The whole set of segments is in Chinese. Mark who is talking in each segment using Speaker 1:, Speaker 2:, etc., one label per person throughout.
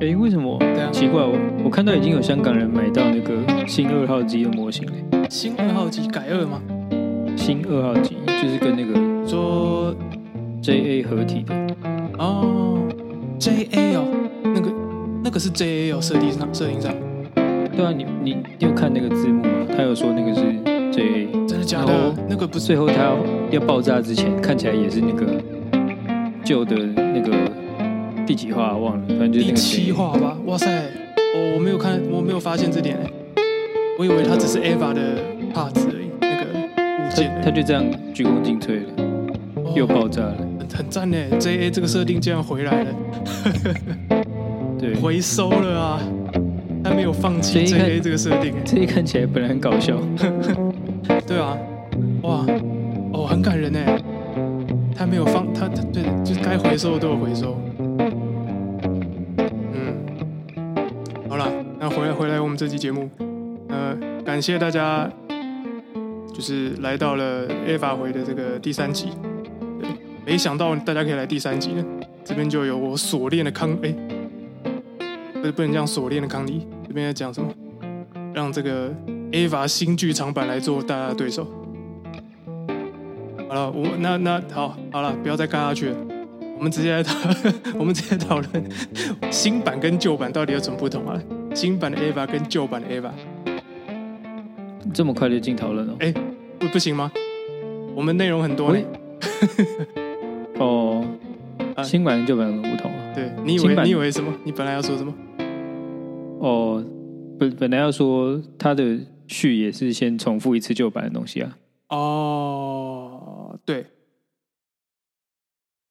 Speaker 1: 哎，为什么？
Speaker 2: 对啊
Speaker 1: 奇怪，我我看到已经有香港人买到那个新二号机的模型嘞，
Speaker 2: 新二号机改二吗？
Speaker 1: 新二号机就是跟那个
Speaker 2: 说
Speaker 1: JA 合体的，
Speaker 2: 哦，JA 哦，那个那个是 JA 哦，设定上设定上，
Speaker 1: 对啊，你你你有看那个字幕吗？他有说那个是 JA，
Speaker 2: 真的假的
Speaker 1: 哦？
Speaker 2: 那个不是
Speaker 1: 最后他要爆炸之前看起来也是那个旧的那个第几话忘了，反正就是那
Speaker 2: 第
Speaker 1: 个
Speaker 2: 七
Speaker 1: JA
Speaker 2: 话吧？哇塞，我我没有看，我没有发现这点欸，我以为它只是 EVA 的 parts 而已，那个物件
Speaker 1: 他他就这样鞠躬尽瘁了，
Speaker 2: 哦
Speaker 1: 又爆炸了，
Speaker 2: 很很赞呢，JA 这个设定竟然回来了，
Speaker 1: 对。
Speaker 2: 回收了啊！他没有放弃
Speaker 1: 所以一开
Speaker 2: JA 这个设定欸
Speaker 1: 这一看起来本来很搞笑，
Speaker 2: 对啊，哇，哦，很感人呢。他没有放，他他对，就是该回收的都有回收。嗯，好了，那回来回来我们这期节目，呃，感谢大家，就是来到了 A 法回的这个第三集。对，没想到大家可以来第三集呢，这边就有我锁链的康，哎、不是不能这样锁链的康妮，这边在讲什么？让这个 AVA 新剧场版来做大家的对手。好了，我那那好好了，不要再干下去了。我们直接来讨， 我们直接讨论 新版跟旧版到底有什么不同啊？新版的 AVA 跟旧版的 AVA，
Speaker 1: 这么快就进讨论了。
Speaker 2: 不不行吗？我们内容很多呢
Speaker 1: 喂， 哦，
Speaker 2: 啊
Speaker 1: 新版跟旧版有什么不同啊？
Speaker 2: 对你以
Speaker 1: 新
Speaker 2: 为
Speaker 1: 版
Speaker 2: 你以为什么？你本来要说什么？
Speaker 1: 哦，本本来要说它的序也是先重复一次旧版的东西啊，
Speaker 2: 哦，对，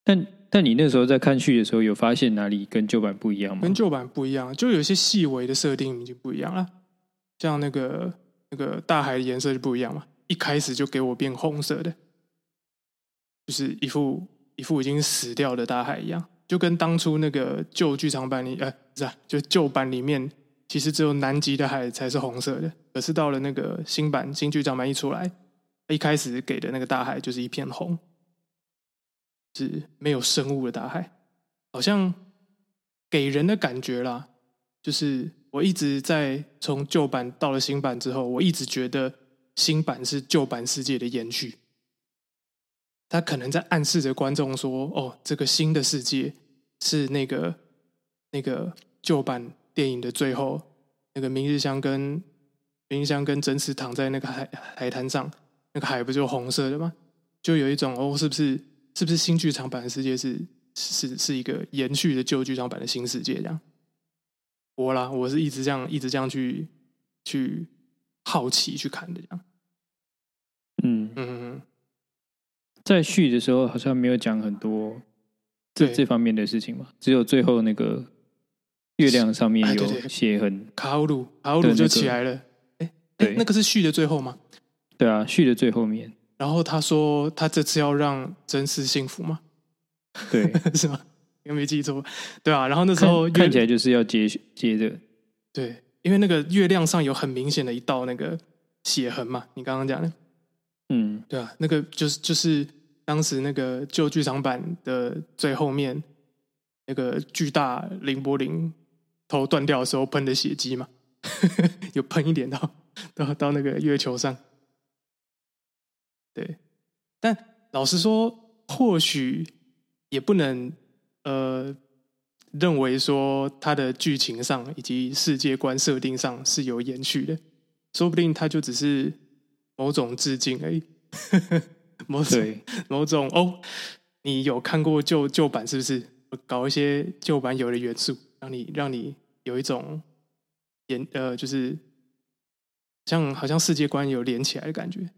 Speaker 1: 但但你那时候在看序的时候，有发现哪里跟旧版不一样吗
Speaker 2: 跟？旧版不一样，就有些细微的设定已经不一样了，像那个那个大海的颜色就不一样嘛，一开始就给我变红色的，就是一副一副已经死掉的大海一样，就跟当初那个旧剧场版里，呃，不是、啊，就旧版里面其实只有南极的海才是红色的，可是到了那个新版新剧场版一出来，一开始给的那个大海就是一片红，是没有生物的大海，好像给人的感觉啦，就是我一直在从旧版到了新版之后，我一直觉得新版是旧版世界的延续。他可能在暗示着观众说：“哦，这个新的世界是那个那个旧版电影的最后，那个明日香跟明日香跟真嗣躺在那个海海滩上，那个海不就红色的吗？就有一种哦，是不是是不是新剧场版的世界是是是一个延续的旧剧场版的新世界这样？我啦，我是一直这样一直这样去去好奇去看的这样。
Speaker 1: 嗯，
Speaker 2: 嗯，嗯
Speaker 1: 在序的时候好像没有讲很多
Speaker 2: 对
Speaker 1: 这方面的事情嘛，只有最后那个月亮上面
Speaker 2: 哎对对
Speaker 1: 有血痕。
Speaker 2: 卡欧鲁卡欧
Speaker 1: 对那
Speaker 2: 鲁就
Speaker 1: 个
Speaker 2: 起来了。哎哎
Speaker 1: 对，
Speaker 2: 那个是续的最后吗？
Speaker 1: 对啊，序的最后面，
Speaker 2: 然后他说他这次要让真嗣幸福吗？
Speaker 1: 对，
Speaker 2: 是吗？应该没记错，对啊。然 后那时候
Speaker 1: 看看起
Speaker 2: 来
Speaker 1: 来就是要接接的，
Speaker 2: 对，因为那个月亮上有很明显的一道那个血痕嘛，你刚刚讲的。
Speaker 1: 嗯，
Speaker 2: 对啊，那个就是就是当时那个旧剧场版的最后面，那个巨大林柏林头断掉的时候喷的血迹嘛， 有喷一点到到到那个月球上。对，但老实说，或许也不能呃认为说它的剧情上以及世界观设定上是有延续的，说不定它就只是某种致敬而已， 某种
Speaker 1: 对，
Speaker 2: 某种哦，你有看过旧旧版是不是？搞一些旧版有的元素，让你让你有一种连呃，就是像好像世界观有连起来的感觉。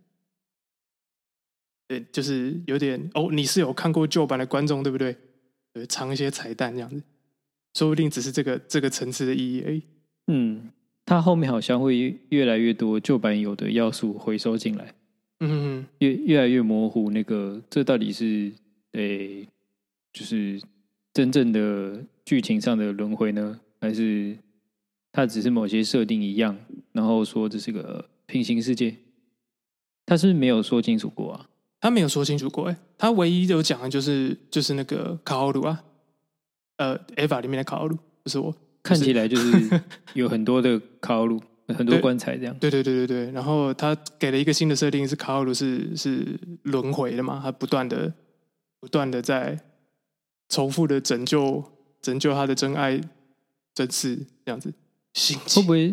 Speaker 2: 对，就是有点哦，你是有看过旧版的观众对不对？对，藏一些彩蛋这样子，说不定只是这个这个层次的意义而已。
Speaker 1: 嗯，它后面好像会越来越多旧版有的要素回收进来，
Speaker 2: 嗯，
Speaker 1: 越越来越模糊。那个这到底是诶、就是真正的剧情上的轮回呢，还是它只是某些设定一样，然后说这是个平行世界？他是不是没有说清楚过啊？
Speaker 2: 他没有说清楚过、欸，他唯一有讲的就是就是那个卡奥鲁啊，呃，《Eva》里面的卡奥鲁，不是我，
Speaker 1: 看起来就是有很多的卡奥鲁，很多
Speaker 2: 对
Speaker 1: 棺材这样。
Speaker 2: 对对对对对，然后他给了一个新的设定是卡奥鲁是是轮回的嘛，他不断的不断的在重复的拯救拯救他的真爱真嗣这样子，新
Speaker 1: 会不会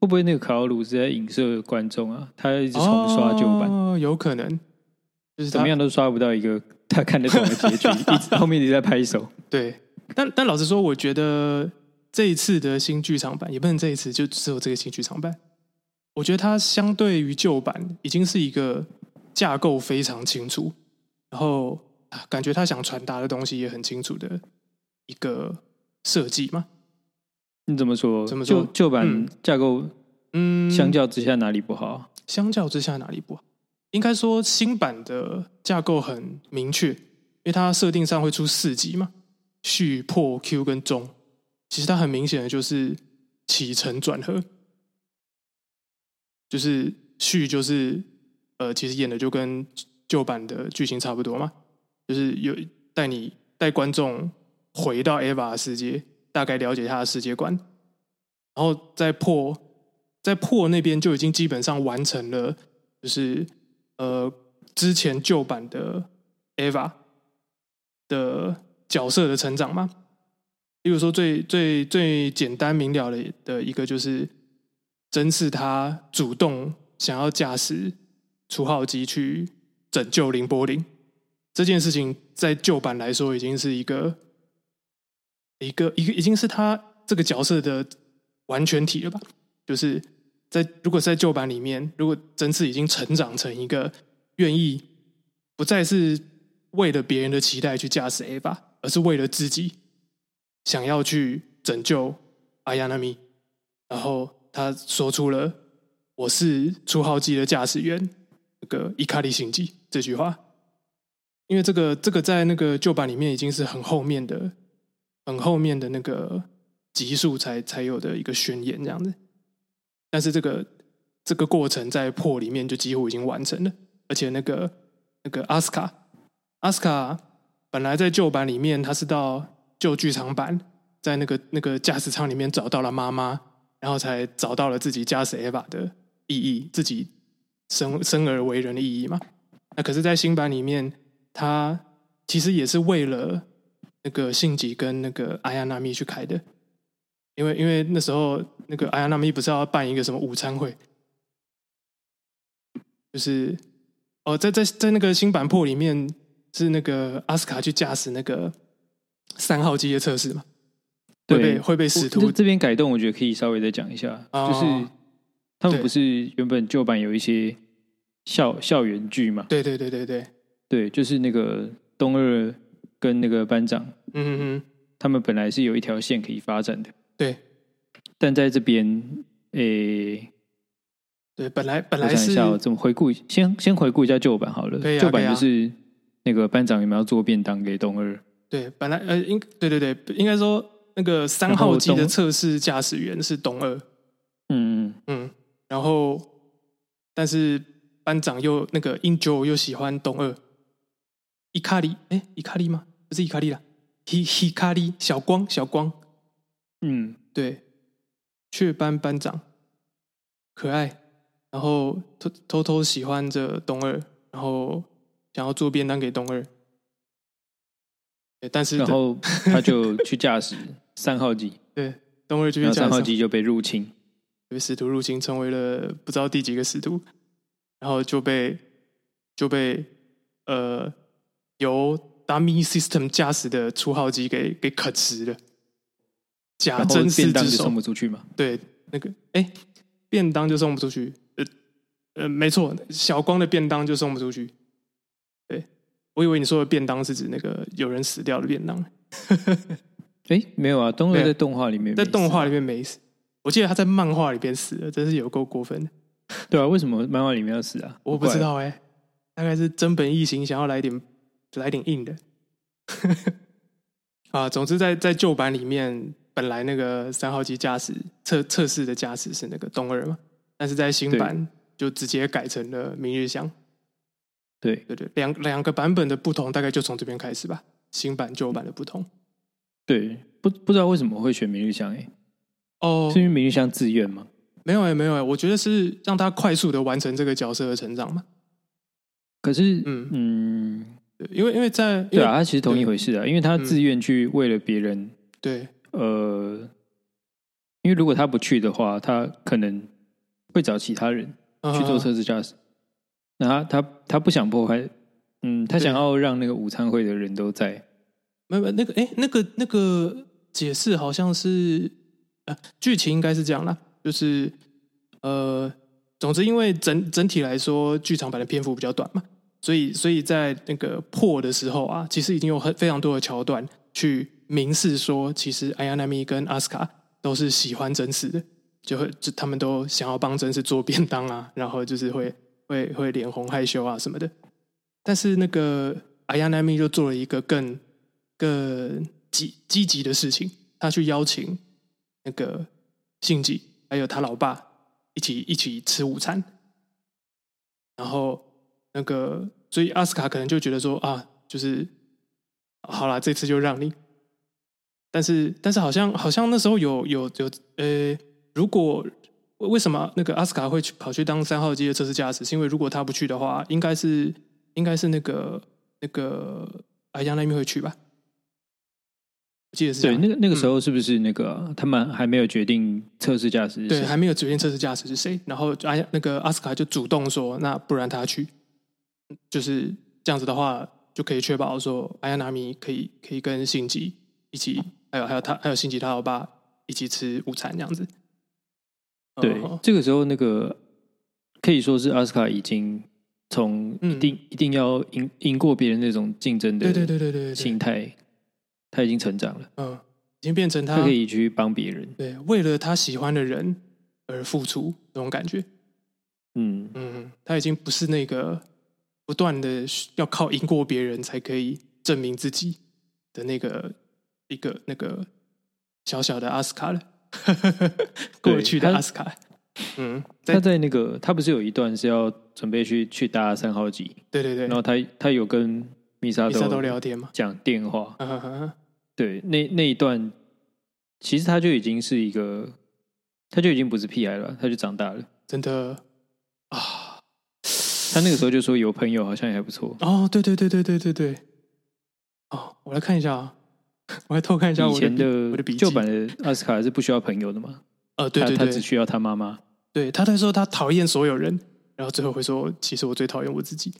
Speaker 1: 会不会那个卡奥鲁是在影射观众啊？他一直重刷旧版，
Speaker 2: 哦，有可能就是他
Speaker 1: 怎么样都刷不到一个 他看得懂的结局， 一直后面一直在拍手。
Speaker 2: 对，但但老实说，我觉得这一次的新剧场版也不能这一次就只有这个新剧场版，我觉得它相对于旧版已经是一个架构非常清楚，然后啊感觉他想传达的东西也很清楚的一个设计嘛。
Speaker 1: 你怎么说？
Speaker 2: 怎么说
Speaker 1: 旧旧版
Speaker 2: 嗯
Speaker 1: 架构
Speaker 2: 嗯，
Speaker 1: 相较之下哪里不好啊？
Speaker 2: 相较之下哪里不好？应该说新版的架构很明确，因为它设定上会出四集嘛，续破 Q 跟中，其实它很明显的就是起承转合，就是续就是呃，其实演的就跟旧版的剧情差不多嘛，就是有带你带观众回到 Eva 的世界，大概了解他的世界观，然后再破在破那边就已经基本上完成了，就是呃之前旧版的 Eva 的角色的成长嘛。例如说最最最简单明了的的一个就是，真是他主动想要驾驶初号机去拯救林柏林这件事情，在旧版来说已经是一个一个一个已经是他这个角色的完全体了吧。就是在如果是在旧版里面，如果真嗣已经成长成一个愿意不再是为了别人的期待去驾驶 A 吧，而是为了自己想要去拯救阿亚纳米，然后他说出了“我是初号机的驾驶员”那个伊卡利行迹这句话。因为这个这个在那个旧版里面已经是很后面的、很后面的那个集数才才有的一个宣言这样子。但是这个这个过程在破里面就几乎已经完成了，而且那个那个阿斯卡，阿斯卡本来在旧版里面他是到旧剧场版，在那个那个驾驶舱里面找到了妈妈，然后才找到了自己驾驶 EVA 的意义，自己生生而为人的意义嘛。那可是，在新版里面，他其实也是为了那个信吉跟那个阿亚纳米去开的，因为因为那时候那个阿亚纳米不是要办一个什么午餐会，就是哦，在在在那个新版破里面是那个阿斯卡去驾驶那个三号机的测试嘛，会
Speaker 1: 对
Speaker 2: 被会被使
Speaker 1: 我
Speaker 2: 徒
Speaker 1: 这这边改动，我觉得可以稍微再讲一下，
Speaker 2: 哦
Speaker 1: 就是他们
Speaker 2: 对
Speaker 1: 不是原本旧版有一些校校园剧嘛？
Speaker 2: 对对对对对，
Speaker 1: 对，就是那个东二跟那个班长，
Speaker 2: 嗯嗯嗯，
Speaker 1: 他们本来是有一条线可以发展的，
Speaker 2: 对
Speaker 1: 但在这边，诶、
Speaker 2: 对，本来本
Speaker 1: 我
Speaker 2: 来
Speaker 1: 想一
Speaker 2: 是
Speaker 1: 下、哦，怎么回顾一？先先回顾一下旧版好了。
Speaker 2: 可以啊
Speaker 1: 旧版
Speaker 2: 可以啊
Speaker 1: 就是那个班长有没有做便当给东二？
Speaker 2: 对，本来呃，应对对对，应该说那个三
Speaker 1: 然后
Speaker 2: 号机的
Speaker 1: 东
Speaker 2: 测试驾驶员是东二，
Speaker 1: 嗯，
Speaker 2: 嗯，然后但是班长又那个英九又喜欢东二，伊卡利，哎，伊卡利吗？不是伊卡利啦，伊伊卡利，小光，小光，
Speaker 1: 嗯，
Speaker 2: 对，雀斑班长，可爱，然后偷偷偷喜欢着东二，然后想要做便当给东二，对，但是
Speaker 1: 然后他就去驾 驶三号机，
Speaker 2: 对东二就
Speaker 1: 然后
Speaker 2: 去驾
Speaker 1: 三号
Speaker 2: 驶
Speaker 1: 机就被入侵。
Speaker 2: 被使徒入侵，成为了不知道第几个使徒，然后就被就被呃由 Dummy System 驾驶的初号机给给啃食了，
Speaker 1: 然
Speaker 2: 假
Speaker 1: 后
Speaker 2: 啊真
Speaker 1: 便
Speaker 2: 嗣
Speaker 1: 当
Speaker 2: 之
Speaker 1: 就
Speaker 2: 手
Speaker 1: 送，不出去嘛。
Speaker 2: 对那个哎便当就送不出去，呃呃没错，小光的便当就送不出去，对我以为你说的便当是指那个有人死掉的便当，
Speaker 1: 哎，没有啊，东
Speaker 2: 没
Speaker 1: 二
Speaker 2: 有
Speaker 1: 在动画里面没死，
Speaker 2: 在动画里面没死，我记得他在漫画里边死了，真是有够过分的。
Speaker 1: 对啊，为什么漫画里面要死啊？
Speaker 2: 我不知道哎、大概是真本异形想要来点来点硬的 啊。总之在，在旧版里面，本来那个三号机驾驶测测试的驾驶是那个东二嘛，但是在新版就直接改成了明日香。
Speaker 1: 对
Speaker 2: 对对，两两个版本的不同，大概就从这边开始吧。新版旧版的不同，
Speaker 1: 对，不不知道为什么会选明日香诶、
Speaker 2: 哦
Speaker 1: 是，因为明日香自愿吗？
Speaker 2: 没有哎、没有哎、我觉得是让他快速的完成这个角色的成长嘛。
Speaker 1: 可是，
Speaker 2: 嗯
Speaker 1: 嗯，
Speaker 2: 对因为因为在因
Speaker 1: 对
Speaker 2: 为嗯
Speaker 1: 啊，他其实同一回事啊，因为他自愿去为了别人，
Speaker 2: 对
Speaker 1: 呃，因为如果他不去的话，他可能会找其他人去做，
Speaker 2: 嗯
Speaker 1: 测试驾驶。那他他他不想破坏，嗯，他
Speaker 2: 对
Speaker 1: 想要让那个午餐会的人都在，
Speaker 2: 没有没有那个哎、那个那个解释好像是呃剧情应该是这样啦，就是呃总之因为整整体来说剧场版的篇幅比较短嘛，所以所以在那个破的时候啊，其实已经有很非常多的桥段去明示说，其实艾亚奈米跟阿斯卡都是喜欢真嗣的，就会就他们都想要帮真嗣做便当啊，然后就是会会会脸红害羞啊什么的。但是那个阿亚奈米就做了一个更更积积极的事情，他去邀请那个信吉还有他老爸一起一起吃午餐，然后那个所以阿斯卡可能就觉得说啊，就是好啦，这次就让你。但是但是好像好像那时候有有有呃，如果为为什么那个阿斯卡会去跑去当三号机的测试驾驶？是因为如果他不去的话，应该是应该是那个那个阿央那边会去吧？我记得是这啊
Speaker 1: 对，
Speaker 2: 嗯样
Speaker 1: 那个那个时候是不是那个啊、他们还没有决定测试驾驶是
Speaker 2: 对，
Speaker 1: 谁？
Speaker 2: 还没有决定测试驾驶是谁。然后阿那个阿斯卡就主动说，那不然他去，就是这样子的话，就可以确保说阿亚纳米可以可以跟信吉一起，还有还有他还有信吉他老爸一起吃午餐这样子。
Speaker 1: 对
Speaker 2: 哦
Speaker 1: 这个时候那个可以说是阿斯卡已经从
Speaker 2: 嗯
Speaker 1: 一定、一定要赢赢过别人那种竞争
Speaker 2: 对对
Speaker 1: 的
Speaker 2: 对对对对，
Speaker 1: 心态，他已经成长了，
Speaker 2: 嗯，已经变成他
Speaker 1: 他可以去帮别人。
Speaker 2: 对为了他喜欢的人而付出那种感觉。
Speaker 1: 嗯，
Speaker 2: 嗯，他已经不是那个不断的要靠赢过别人才可以证明自己的那个一个那个小小的阿斯 卡了，过去的
Speaker 1: 他
Speaker 2: 阿斯卡。嗯，在
Speaker 1: 他在那个他不是有一段是要准备去去搭三号机，
Speaker 2: 对对对
Speaker 1: 然，后他他有跟米莎
Speaker 2: 米莎都
Speaker 1: 都
Speaker 2: 聊天嘛，
Speaker 1: 讲电话，
Speaker 2: 啊哈哈，
Speaker 1: 对，那那一段其实他就已经是一个，他就已经不是屁孩了，他就长大了。
Speaker 2: 真的啊，
Speaker 1: 他那个时候就说有朋友好像也还不错，
Speaker 2: 哦，对对对对对对对，哦，我来看一下啊， 我来偷看一下
Speaker 1: 以
Speaker 2: 我的
Speaker 1: 前
Speaker 2: 笔
Speaker 1: 的
Speaker 2: 我的笔记
Speaker 1: 旧版的阿斯卡是不需要朋友的嘛，
Speaker 2: 呃，对对
Speaker 1: 他他只
Speaker 2: 对，
Speaker 1: 需要他妈妈。
Speaker 2: 对他在说他讨厌所有人，然后最后会说，其实我最讨厌我自己。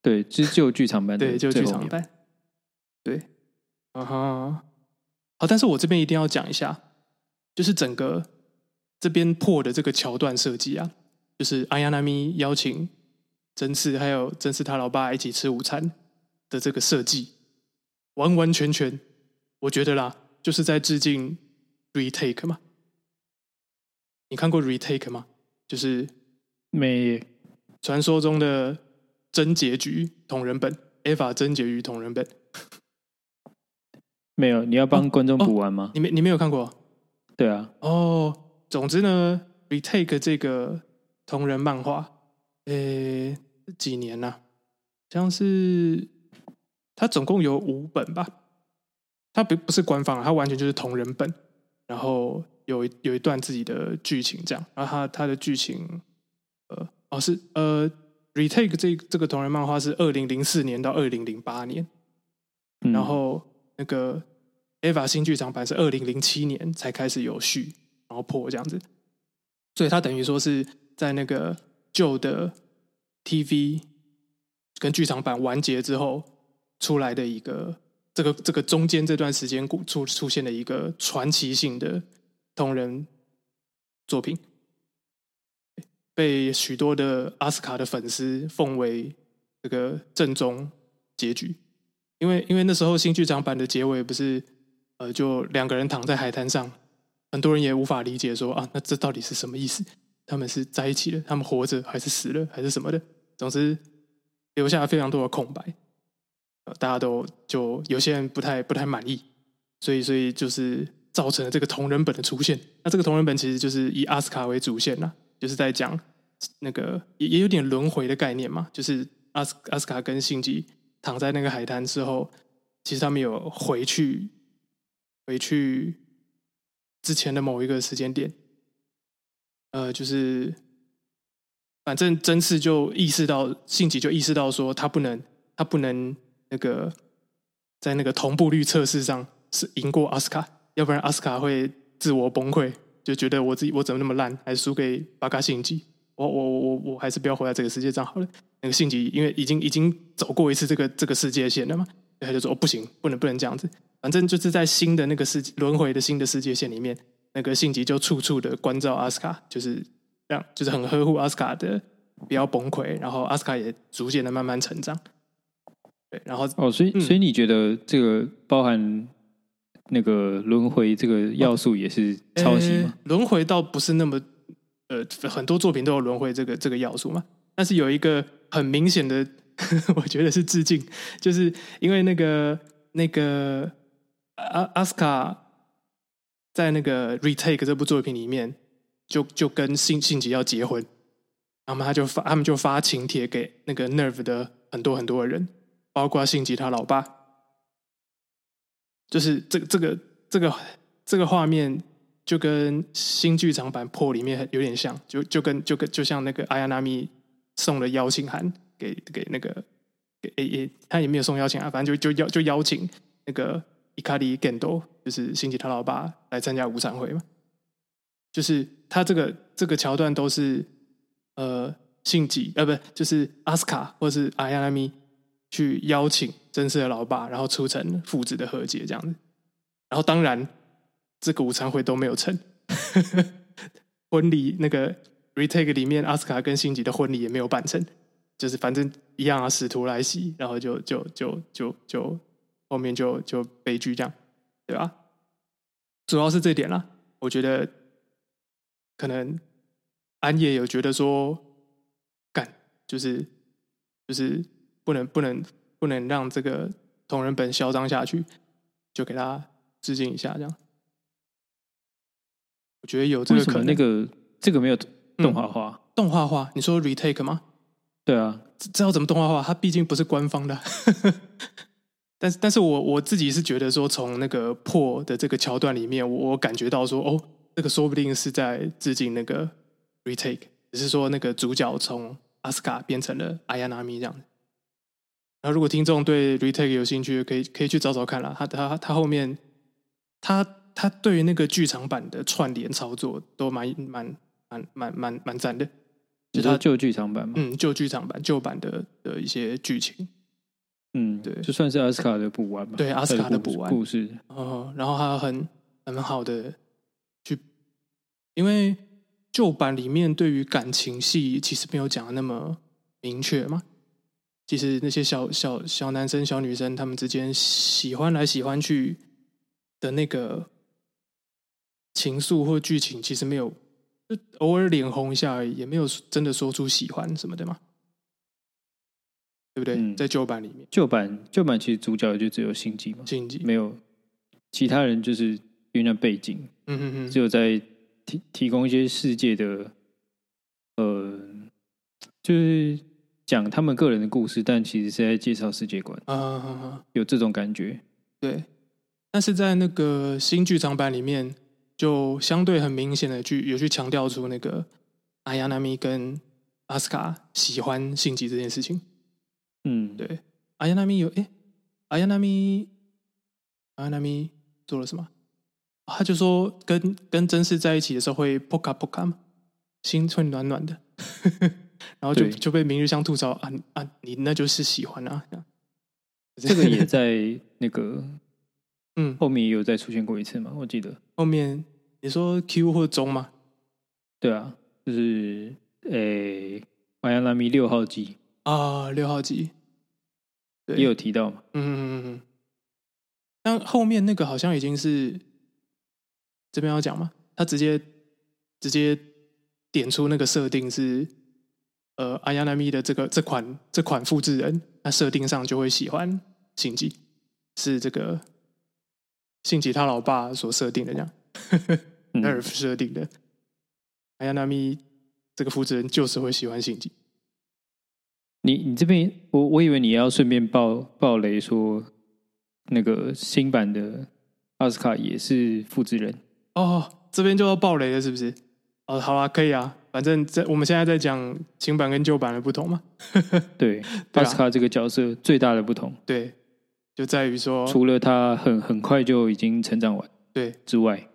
Speaker 1: 对，就是旧剧场版的
Speaker 2: 对，就
Speaker 1: 最
Speaker 2: 剧
Speaker 1: 后
Speaker 2: 场
Speaker 1: 面
Speaker 2: 版。对，啊哈，好，但是我这边一定要讲一下，就是整个这边破的这个桥段设计啊，就是阿亚纳米邀请真嗣还有真嗣他老爸一起吃午餐的这个设计，完完全全，我觉得啦，就是在致敬 retake 嘛。你看过 retake 吗？就是
Speaker 1: 没
Speaker 2: 传说中的真结局同人本，Eva 真结局同人本，
Speaker 1: 没有，你要帮观众补完吗？
Speaker 2: 你没你没有看过
Speaker 1: 对啊，
Speaker 2: 哦？总之呢，retake 这个同人漫画，呃，几年呐、像是它总共有五本吧，它不不是官方啊，它完全就是同人本，然后有一有一段自己的剧情这样，然后它它的剧情，呃，哦是呃，retake 这这个同人漫画是二零零四年到二零零八年。
Speaker 1: 嗯
Speaker 2: 然后那个 Eva 新剧场版是二零零七年才开始有续，然后破这样子，所以它等于说是在那个旧的 TV 跟剧场版完结之后出来的一个这个这个中间这段时间故出出现的一个传奇性的同人作品，被许多的阿斯卡的粉丝奉为这个正宗结局。因为因为那时候新剧场版的结尾不是呃，就两个人躺在海滩上，很多人也无法理解说啊，那这到底是什么意思？他们是在一起了，他们活着还是死了，还是什么的？总之留下了非常多的空白，呃，大家都就有些人不太不太满意，所以所以就是造成了这个同人本的出现。那这个同人本其实就是以阿斯卡为主线啦，就是在讲那个也也有点轮回的概念嘛，就是阿斯阿斯卡跟辛吉躺在那个海滩之后，其实他们有回去回去之前的某一个时间点，呃，就是反正真嗣就意识到，信吉就意识到说他不能，他不能那个在那个同步率测试上是赢过阿斯卡，要不然阿斯卡会自我崩溃，就觉得我自己我怎么那么烂，还输给巴嘎信吉，我我我我我还是不要活在这个世界上好了。那个信吉因为已经已经走过一次这个这个世界线了嘛，所以他就说哦不行，不能不能这样子，反正就是在新的那个世界轮回的新的世界线里面，那个信吉就处处的关照阿斯卡，就是让就是很呵护阿斯卡的不要崩溃，然后阿斯卡也逐渐的慢慢成长。对，然后
Speaker 1: 哦，所以
Speaker 2: 嗯
Speaker 1: 所以你觉得这个包含那个轮回这个要素也是抄袭吗？
Speaker 2: 呃轮回倒不是那么，呃，很多作品都有轮回这个这个要素嘛。但是有一个很明显的， 我觉得是致敬，就是因为那个那个阿阿斯卡在那个《Retake》这部作品里面，就就跟信信吉要结婚，然后他就发他们就发请帖给那个 Nerve 的很多很多的人，包括信吉他老爸。就是这个这个这个这个画面就跟新剧场版《破》里面很有点像，就就跟就跟就像那个阿亚纳米送了邀请函给给那个给也也他也没有送邀请函，反正就就邀就邀请那个伊卡里 Gendo，就是星吉他老爸来参加午餐会嘛。就是他这个这个桥段都是呃信吉呃不就是阿斯卡或是阿亚纳米去邀请真嗣的老爸，然后促成父子的和解这样子。然后当然这个午餐会都没有成，婚礼那个 retake 里面阿斯卡跟辛吉的婚礼也没有办成，就是反正一样啊，使徒来袭，然后就就就就就后面就就悲剧这样，对吧？主要是这点啦，我觉得可能安野有觉得说，干就是就是不能不能不能让这个同人本嚣张下去，就给他致敬一下，这样。我觉得有这
Speaker 1: 为
Speaker 2: 个
Speaker 1: 什
Speaker 2: 可
Speaker 1: 么
Speaker 2: 能。
Speaker 1: 那个这个没有动
Speaker 2: 嗯
Speaker 1: 画化？
Speaker 2: 动画化，你说 retake 吗？
Speaker 1: 对啊，
Speaker 2: 这这要怎么动画化？它毕竟不是官方的。 但是，但是我我自己是觉得说，从那个破的这个桥段里面，我我感觉到说，哦，这个说不定是在致敬那个 retake，只是说那个主角从阿斯卡变成了阿亚纳米这样。然后，如果听众对 retake 有兴趣，可以可以去找找看啦。他他他后面，他他对于那个剧场版的串联操作都蛮蛮蛮蛮蛮蛮赞的。
Speaker 1: 你
Speaker 2: 它
Speaker 1: 说旧剧场版嘛？
Speaker 2: 嗯，旧剧场版、旧版的的一些剧情，
Speaker 1: 嗯，
Speaker 2: 对
Speaker 1: 就算是阿斯卡的补完吧。
Speaker 2: 对阿斯卡的补完
Speaker 1: 故事，
Speaker 2: 哦，然后还有很很好的去，因为旧版里面对于感情戏其实没有讲的那么明确嘛。其实那些小小小男生、小女生他们之间喜欢来喜欢去的那个情愫或剧情，其实没有，就偶尔脸红一下而已，也没有真的说出喜欢什么的嘛，对不对？
Speaker 1: 嗯
Speaker 2: 在旧版里面，
Speaker 1: 旧版旧版其实主角就只有星际嘛，
Speaker 2: 禁忌，
Speaker 1: 没有其他人，就是因为那背景，
Speaker 2: 嗯嗯嗯，
Speaker 1: 只有在提提供一些世界的，呃，就是讲他们个人的故事，但其实是在介绍世界观，
Speaker 2: 啊啊啊啊！
Speaker 1: 有这种感觉。
Speaker 2: 对，但是在那个新剧场版里面，就相对很明显的去有去强调出那个阿亚纳米跟阿斯卡喜欢性吉这件事情。
Speaker 1: 嗯，
Speaker 2: 对，阿亚纳米有诶，阿亚纳米，阿亚纳米做了什么？哦他就说跟跟真嗣在一起的时候会 poka poka 嘛，心会暖暖的， 然后就
Speaker 1: 对
Speaker 2: 就被明日香吐槽啊你啊，你那就是喜欢啊，这样
Speaker 1: 这个也在那个
Speaker 2: 嗯
Speaker 1: 后面也有再出现过一次嘛，我记得。
Speaker 2: 后面你说 Q 或中吗？
Speaker 1: 对啊，就是诶，迈阿密六号机
Speaker 2: 啊，六号机，对，
Speaker 1: 也有提到嘛。
Speaker 2: 嗯，嗯嗯嗯嗯。但后面那个好像已经是这边要讲嘛，他直接直接点出那个设定是，呃，阿亚纳米的这个这款这款复制人，他设定上就会喜欢信吉，是这个信吉他老爸所设定的这样。
Speaker 1: 嗯
Speaker 2: Nerf 设定的。阿亚纳米这个负责人就是会喜欢信吉，
Speaker 1: 你你这边，我我以为你要顺便爆爆雷说，那个新版的奥斯卡也是复制人，
Speaker 2: 哦，这边就要爆雷了，是不是？哦，好啊，可以啊，反正这我们现在在讲新版跟旧版的不同嘛。
Speaker 1: 对，啊巴斯卡这个角色最大的不同，
Speaker 2: 对，就在于说，
Speaker 1: 除了他很很快就已经成长完
Speaker 2: 对
Speaker 1: 之外，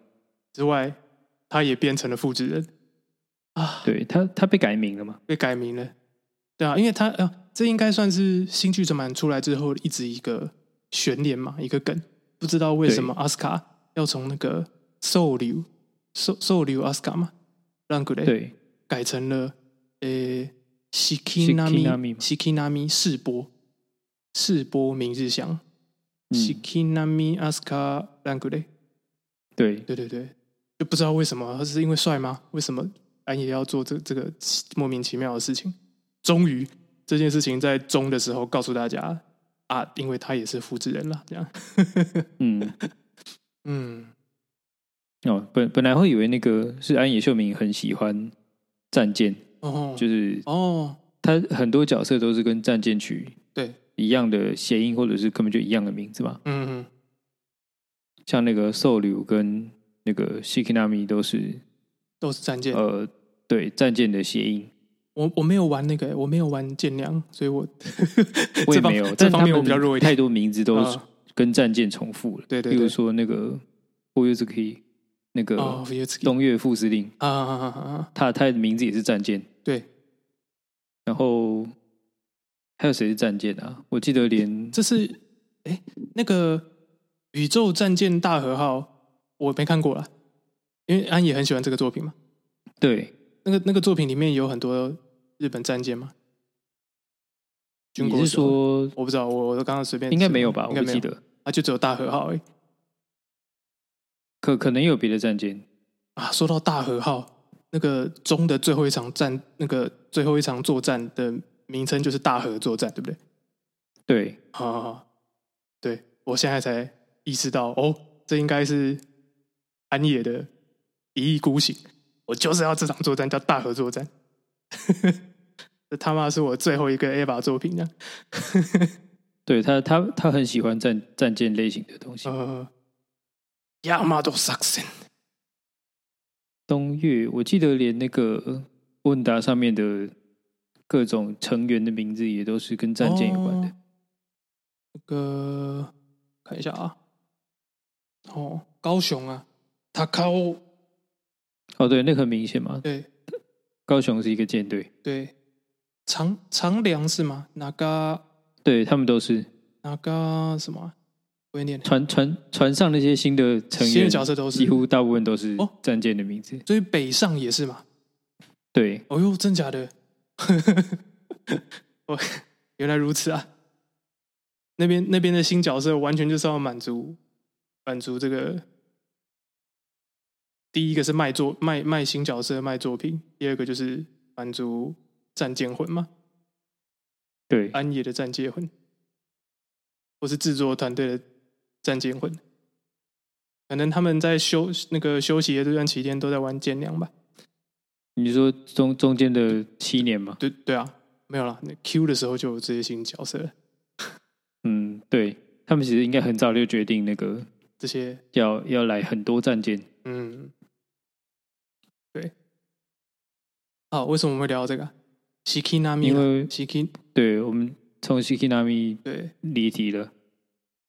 Speaker 2: 之外，他也变成了复制人啊，
Speaker 1: 对他他被改名了嘛？
Speaker 2: 被改名了。对啊，因为他啊，这应该算是新剧场版出来之后一直一个悬念嘛，一个梗。不知道为什么阿斯卡要从那个兽流兽兽流阿斯卡嘛，让古雷
Speaker 1: 对，
Speaker 2: 改成了呃西 i 纳米
Speaker 1: Shikinami 嘛
Speaker 2: 西 i 纳米世波世波明日香西
Speaker 1: 嗯，
Speaker 2: i 纳米阿斯卡让古雷。
Speaker 1: 对，
Speaker 2: 对对对，就不知道为什么，是因为帅吗？为什么安也要做这这个奇莫名其妙的事情？终于这件事情在中的时候告诉大家啊，因为他也是复制人了，这样。
Speaker 1: 嗯，
Speaker 2: 嗯，
Speaker 1: 哦，本本来会以为那个是安野秀明很喜欢战舰，
Speaker 2: 哦，
Speaker 1: 就是
Speaker 2: 哦，
Speaker 1: 他很多角色都是跟战舰曲
Speaker 2: 对
Speaker 1: 一样的谐音，或者是根本就一样的名字嘛。
Speaker 2: 嗯，嗯
Speaker 1: 像那个兽流跟那个 Shikinami 都是
Speaker 2: 都是战舰。
Speaker 1: 呃，对战舰的谐 音，
Speaker 2: 我我没有玩那个，我没有玩舰娘，所以我
Speaker 1: 我也
Speaker 2: 这方
Speaker 1: 没有，但
Speaker 2: 这
Speaker 1: 是
Speaker 2: 方
Speaker 1: 他
Speaker 2: 面我
Speaker 1: 们
Speaker 2: 比较弱一点。
Speaker 1: 太多名字都是
Speaker 2: 啊
Speaker 1: 跟战舰重复了，
Speaker 2: 对对
Speaker 1: 比如
Speaker 2: 对，
Speaker 1: 说那个 o y u z u k i 那
Speaker 2: 哦
Speaker 1: 个，
Speaker 2: 也自己
Speaker 1: 东岳副司令，
Speaker 2: 啊啊啊啊啊！
Speaker 1: 他他的名字也是战舰，
Speaker 2: 对，
Speaker 1: 然后还有谁是战舰啊？我记得连
Speaker 2: 这是哎那个宇宙战舰大和号，我没看过啦，因为安也很喜欢这个作品嘛。
Speaker 1: 对
Speaker 2: 那个那个作品里面有很多日本战舰嘛，军国
Speaker 1: 你是
Speaker 2: 手
Speaker 1: 说
Speaker 2: 我不知道，我我刚刚随便
Speaker 1: 应该没有吧？
Speaker 2: 应
Speaker 1: 我
Speaker 2: 该
Speaker 1: 不
Speaker 2: 没
Speaker 1: 记
Speaker 2: 有，
Speaker 1: 得，
Speaker 2: 啊，就只有大和号而已
Speaker 1: 可可能有别的战舰，
Speaker 2: 啊。说到大和号，那个中的最后一场战，那个最后一场作战的名称就是大和作战，对不对？
Speaker 1: 对
Speaker 2: 啊，对我现在才意识到，哦，这应该是安野的一意孤行。我就是要这场作战叫大合作战， 这他妈是我最后一个 A 把作品这样。
Speaker 1: 对，他他他很喜欢战战舰类型的东西。
Speaker 2: 呃，亚马多萨克森，
Speaker 1: 东岳，我记得连那个问答上面的各种成员的名字也都是跟战舰有关的。
Speaker 2: 哦那个看一下啊，哦，高雄啊，塔卡欧，
Speaker 1: 哦对，那个很明显嘛，
Speaker 2: 对
Speaker 1: 高雄是一个舰队，
Speaker 2: 对，长长良是吗？哪个
Speaker 1: 对他们都是
Speaker 2: 哪个什么啊？不会念。
Speaker 1: 船船船上那些新的成
Speaker 2: 新
Speaker 1: 员
Speaker 2: 的，角色都是
Speaker 1: 几乎大部分都是
Speaker 2: 哦
Speaker 1: 战舰的名字。
Speaker 2: 所以北上也是嘛？
Speaker 1: 对，
Speaker 2: 哦哟，真假的？ 哦，原来如此啊！那边那边的新角色完全就是要满足满足这个，第一个是卖作卖卖新角色卖作品，第二个就是满足战舰魂嘛，
Speaker 1: 对，
Speaker 2: 安野的战舰魂，或是制作团队的战舰魂。可能他们在休那个休息的这段期间都在玩剑娘吧。
Speaker 1: 你说中中间的七年嘛，
Speaker 2: 对对啊，没有啦。那 Q 的时候就有这些新角色了，
Speaker 1: 嗯，对他们其实应该很早就决定那个
Speaker 2: 这些
Speaker 1: 要要来很多战舰，
Speaker 2: 嗯，对。好，为什么我们会聊到这个啊？Shikinami，
Speaker 1: 因
Speaker 2: 啦
Speaker 1: 为
Speaker 2: Shikin
Speaker 1: 对我们从 Shikinami
Speaker 2: 对，
Speaker 1: 离题了。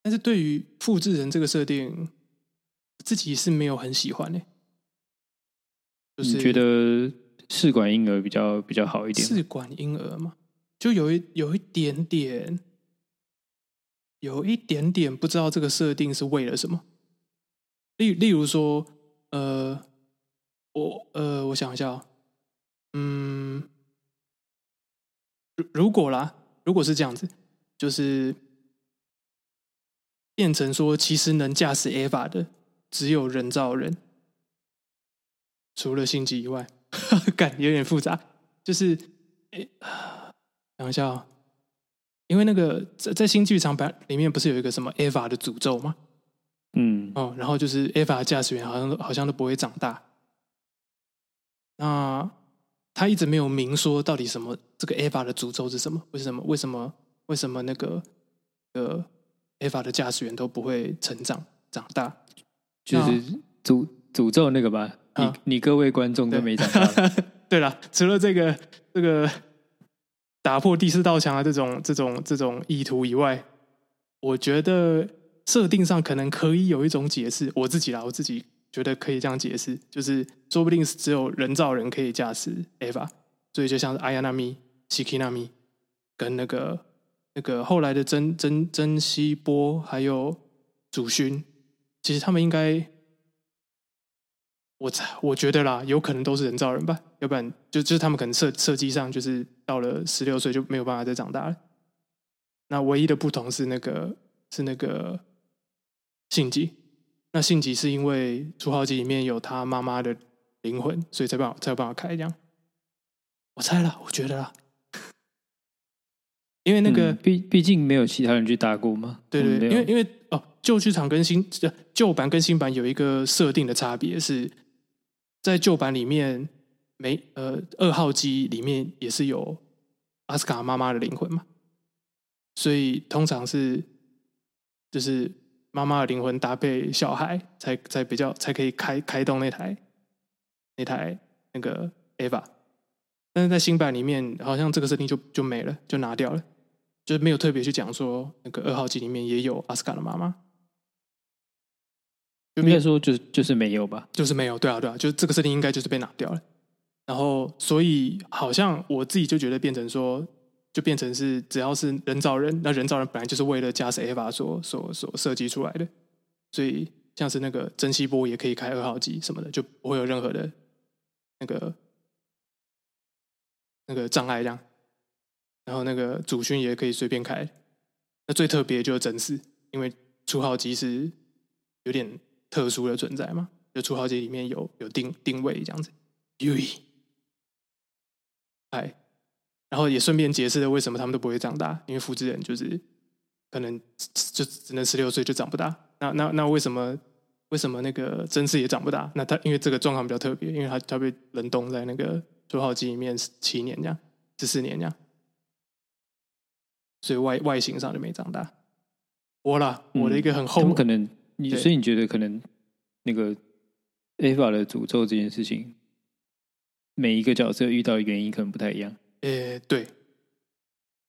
Speaker 2: 但是对于复制人这个设定，自己是没有很喜欢的、就是
Speaker 1: 你觉得试管婴儿比较比较好一点吗？
Speaker 2: 试管婴儿嘛，就有一有一点点，有一点点不知道这个设定是为了什么。例例如说，呃，我呃，我想一下、哦，嗯，如如果啦，如果是这样子，就是变成说，其实能驾驶 AVA 的只有人造人，除了星际以外， 感有点复杂。就是，诶 啊想一下、哦，因为那个在在新剧场版里面不是有一个什么 AVA 的诅咒吗？
Speaker 1: 嗯，
Speaker 2: 哦，然后就是 AVA 驾驶员好像都好像都不会长大。那他一直没有明说到底什么这个 AVA 的诅咒是什么？为什么？为什么？为什么那个呃 AVA 的驾驶员都不会成长长大？
Speaker 1: 就是诅诅咒那个吧，你、
Speaker 2: 啊
Speaker 1: 你各位观众都没长大，
Speaker 2: 对了，除了这个这个打破第四道墙的啊这种这种这种意图以外，我觉得设定上可能可以有一种解释。我自己啦，我自己觉得可以这样解释，就是说不定是只有人造人可以驾驶 Eva，所以就像是 Ayanami、Shikinami 跟那个那个后来的真真真希波还有祖勋，其实他们应该我猜，我觉得啦，有可能都是人造人吧，要不然就就是他们可能设设计上就是到了十六岁就没有办法再长大了。那唯一的不同是那个是那个性吉，那性吉是因为初号机里面有他妈妈的灵魂，所以才办法才有办法开这样。我猜啦，我觉得啦， 因为 那个、
Speaker 1: 嗯毕毕竟没有其他人去打过嘛，
Speaker 2: 对
Speaker 1: 我们
Speaker 2: 对
Speaker 1: 没
Speaker 2: 对，
Speaker 1: 有
Speaker 2: 因为因为哦，旧剧场跟新呃旧版跟新版有一个设定的差别是，在旧版里面没呃二号机里面也是有阿斯卡妈妈的灵魂嘛，所以通常是就是妈妈的灵魂搭配小孩才才比较才可以开开动那台那台那个 Ava，但是在新版里面好像这个设定就就没了，就拿掉了。就是没有特别去讲说那个二号机里面也有阿斯卡的妈妈，就
Speaker 1: 应
Speaker 2: 没有
Speaker 1: 该说就是就是没有吧，
Speaker 2: 就是没有，对啊，对啊，就是这个设定应该就是被拿掉了。然后，所以好像我自己就觉得变成说，就变成是只要是人造人，那人造人本来就是为了加驶 Ava 所所所设计出来的，所以像是那个珍稀波也可以开二号机什么的，就不会有任何的那个那个障碍这样。然后那个主勋也可以随便开，那最特别就是真嗣，因为初号机是有点特殊的存在嘛，就初号机里面有有定定位这样子。Yui，哎，然后也顺便解释了为什么他们都不会长大，因为复制人就是可能就只能十六岁就长不大。那那那为什么为什么那个真嗣也长不大？那他因为这个状况比较特别，因为他他被冷冻在那个初号机里面七年这样，十四年这样，所以外外形上就没长大。我啦，我的一个很
Speaker 1: 嗯他
Speaker 2: 后
Speaker 1: 们可能你，
Speaker 2: 对
Speaker 1: 所以你觉得可能那个 Ava 的诅咒这件事情，每一个角色遇到的原因可能不太一样，
Speaker 2: 诶，呃对，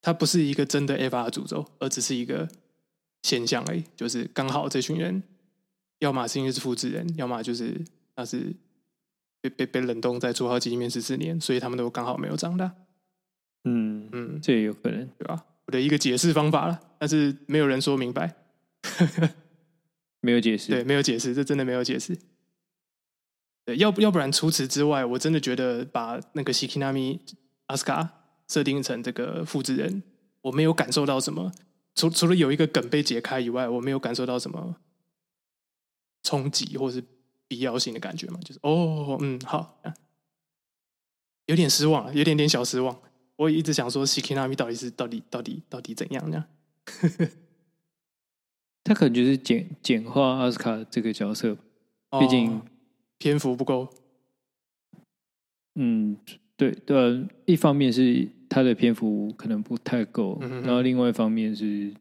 Speaker 2: 它不是一个真的 Ava 的诅咒，而只是一个现象而已。就是刚好这群人，要么是因为是复制人，要么就是他是被被被冷冻在初号机里面十四年，所以他们都刚好没有长大。
Speaker 1: 嗯，
Speaker 2: 嗯，
Speaker 1: 这也有可能。
Speaker 2: 对吧？我的一个解释方法了，但是没有人说明白。
Speaker 1: 没有解释，
Speaker 2: 对，没有解释，这真的没有解释。对，要不要不然除此之外，我真的觉得把那个 Shikinami 阿斯卡设定成这个复制人，我没有感受到什么。除除了有一个梗被解开以外，我没有感受到什么冲击或是必要性的感觉嘛，就是哦，嗯，好，啊有点失望了，有点点小失望。我一直想说 Shikinami 到底是到底到底到底怎样呢？
Speaker 1: 他可能就是简简化奥斯卡这个角色，毕竟、
Speaker 2: 哦篇幅不够，
Speaker 1: 嗯，对，呃，一方面是他的篇幅可能不太够，
Speaker 2: 嗯哼哼
Speaker 1: 然后另外一方面是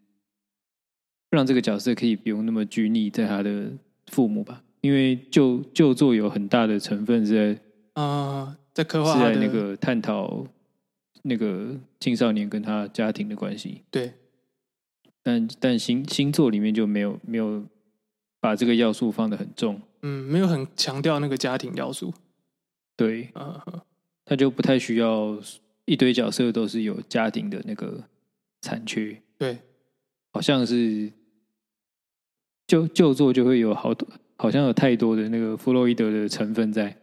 Speaker 1: 让这个角色可以不用那么拘泥在他的父母吧，因为旧旧作有很大的成分是在
Speaker 2: 啊、在刻画
Speaker 1: 是
Speaker 2: 他
Speaker 1: 在
Speaker 2: 的
Speaker 1: 那个探讨那个青少年跟他家庭的关系，
Speaker 2: 对。
Speaker 1: 但但星星座里面就没有没有把这个要素放得很重，
Speaker 2: 嗯，没有很强调那个家庭要素。
Speaker 1: 对，
Speaker 2: 呃，
Speaker 1: 他就不太需要一堆角色都是有家庭的那个残缺，
Speaker 2: 对，
Speaker 1: 好像是旧旧作就会有好多，好像有太多的那个弗洛伊德的成分在，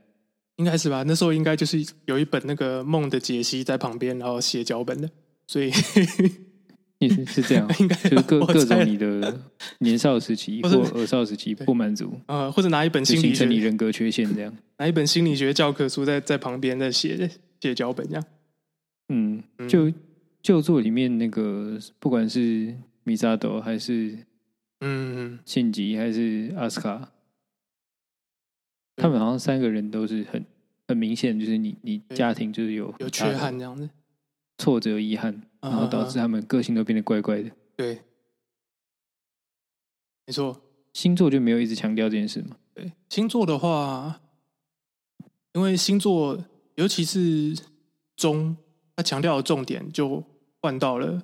Speaker 2: 应该是吧？那时候应该就是有一本那个《梦的解析》在旁边，然后写脚本的，所以 ，
Speaker 1: 意思是这样
Speaker 2: 应该
Speaker 1: 就是各
Speaker 2: 我
Speaker 1: 各
Speaker 2: 猜
Speaker 1: 种你的年少时期
Speaker 2: 不
Speaker 1: 或
Speaker 2: 是
Speaker 1: 儿少时期
Speaker 2: 对
Speaker 1: 不满足，
Speaker 2: 呃，或者拿一本
Speaker 1: 就
Speaker 2: 心
Speaker 1: 形
Speaker 2: 理
Speaker 1: 成你
Speaker 2: 学，
Speaker 1: 人格缺陷这 样。
Speaker 2: 拿一本心理学教科书在在旁边在写写脚本这样。
Speaker 1: 嗯，
Speaker 2: 嗯
Speaker 1: 就旧作里面那个，不管是米沙斗还是
Speaker 2: 嗯，
Speaker 1: 信吉还是阿斯卡，
Speaker 2: 对
Speaker 1: 他们好像三个人都是很很明显，就是你你
Speaker 2: 对
Speaker 1: 家庭就是有
Speaker 2: 有
Speaker 1: 很大
Speaker 2: 缺
Speaker 1: 的
Speaker 2: 憾这样子，
Speaker 1: 挫折、遗憾，然后导致
Speaker 2: 啊
Speaker 1: 他们个性都变得怪怪的。
Speaker 2: 嗯对，没错，
Speaker 1: 星座就没有一直强调这件事嘛，
Speaker 2: 对，星座的话，因为星座尤其是中，它强调的重点就换到了，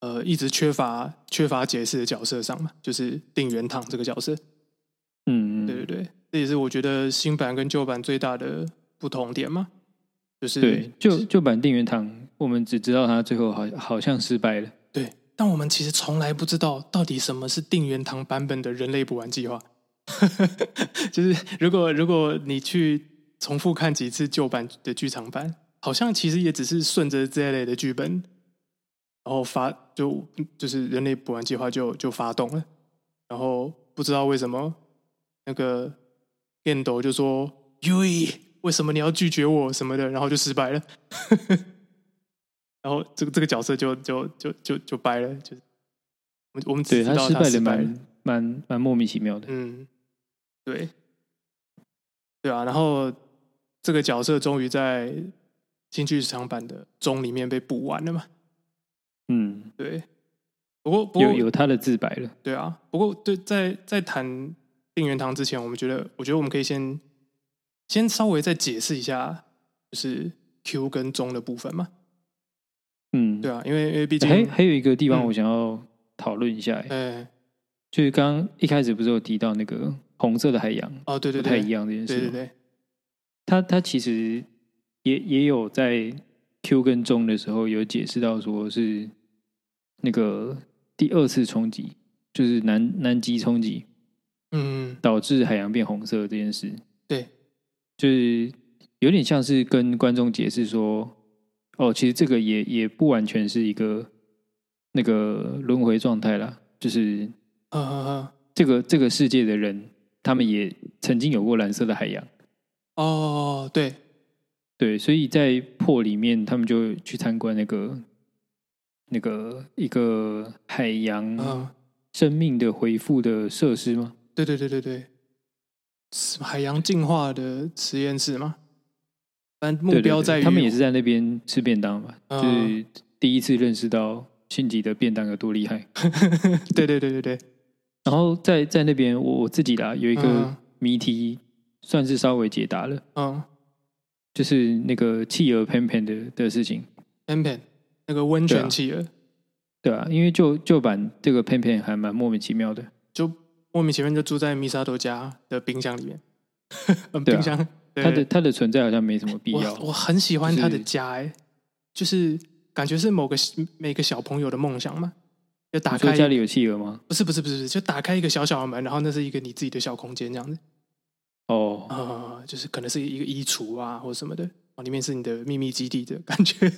Speaker 2: 呃，一直缺乏缺乏解释的角色上嘛，就是定元堂这个角色。
Speaker 1: 嗯嗯，
Speaker 2: 对对对，这也是我觉得新版跟旧版最大的不同点嘛，就是
Speaker 1: 对，旧旧版定元堂，我们只知道他最后好好像失败了。
Speaker 2: 对，但我们其实从来不知道到底什么是定元堂版本的人类补完计划。就是如果如果你去重复看几次旧版的剧场版，好像其实也只是顺着这类的剧本，然后发就就是人类补完计划就就发动了，然后不知道为什么那个念斗就说 u 为什么你要拒绝我什么的，然后就失败了。 然后这个这个角色就就就就就掰了，就是我们我们只
Speaker 1: 对
Speaker 2: 知道
Speaker 1: 失败
Speaker 2: 失
Speaker 1: 的
Speaker 2: 败了，
Speaker 1: 蛮蛮蛮莫名其妙的。
Speaker 2: 嗯，对，对啊。然后这个角色终于在新剧场版的中里面被补完了嘛？
Speaker 1: 嗯，
Speaker 2: 对。不过，不过
Speaker 1: 有有他的自白了。
Speaker 2: 对啊，不过对，在在谈定元堂之前，我们觉得，我觉得我们可以先先稍微再解释一下，就是 Q 跟中的部分嘛。
Speaker 1: 嗯，
Speaker 2: 对啊，因为因为毕竟，呃
Speaker 1: 还
Speaker 2: 哎、
Speaker 1: 还有一个地方
Speaker 2: 嗯
Speaker 1: 我想要讨论一下、欸就是刚刚一开始不是有提到那个红色的海洋
Speaker 2: 哦，对对
Speaker 1: 不太
Speaker 2: 对，
Speaker 1: 一样这件事
Speaker 2: 对
Speaker 1: 吗？
Speaker 2: 对对，
Speaker 1: 他他其实也也有在 Q 跟中的时候有解释到，说是那个第二次冲击，就是南南极冲击
Speaker 2: 嗯，
Speaker 1: 导致海洋变红色这件事。
Speaker 2: 对，
Speaker 1: 就是有点像是跟观众解释说，哦，其实这个也也不完全是一个那个轮回状态啦，就是
Speaker 2: 呵呵呵，
Speaker 1: 这个这个世界的人，他们也曾经有过蓝色的海洋。
Speaker 2: 哦，对，
Speaker 1: 对，所以在破里面，他们就去参观那个那个一个海
Speaker 2: 嗯、
Speaker 1: 洋生命的回复的设施吗？
Speaker 2: 对对对对对，是海洋进化的实验室吗？反正目
Speaker 1: 对对
Speaker 2: 标
Speaker 1: 对
Speaker 2: 在于
Speaker 1: 他们也是在那边吃便当嘛，
Speaker 2: 嗯
Speaker 1: 就是第一次认识到星级的便当有多厉害。
Speaker 2: 对对对对对，
Speaker 1: 然后在在那边，我我自己啦有一个
Speaker 2: 嗯
Speaker 1: 谜题，算是稍微解答了，
Speaker 2: 嗯
Speaker 1: 就是那个企鹅 Pan Pan 的的事情，
Speaker 2: ，Pan Pan E 那个温
Speaker 1: 对
Speaker 2: 泉
Speaker 1: 啊
Speaker 2: 企鹅，
Speaker 1: 对啊，因为旧旧版这个 Pan Pan 还蛮莫名其妙的，
Speaker 2: 就莫名其妙就住在米沙多家的冰箱里面，嗯
Speaker 1: 对啊
Speaker 2: 冰箱，对
Speaker 1: 它的它的存在好像没什么必要。
Speaker 2: 我我很喜欢
Speaker 1: 就是
Speaker 2: 他的家、欸，就是感觉是某个每个小朋友的梦想嘛，就打
Speaker 1: 你说
Speaker 2: 开
Speaker 1: 家里有企鹅吗？
Speaker 2: 不是不是不是，就打开一个小小的门，然后那是一个你自己的小空间这样子。
Speaker 1: 哦，
Speaker 2: 啊、就是可能是一个衣橱啊，或者什么的，哦，里面是你的秘密基地的感觉。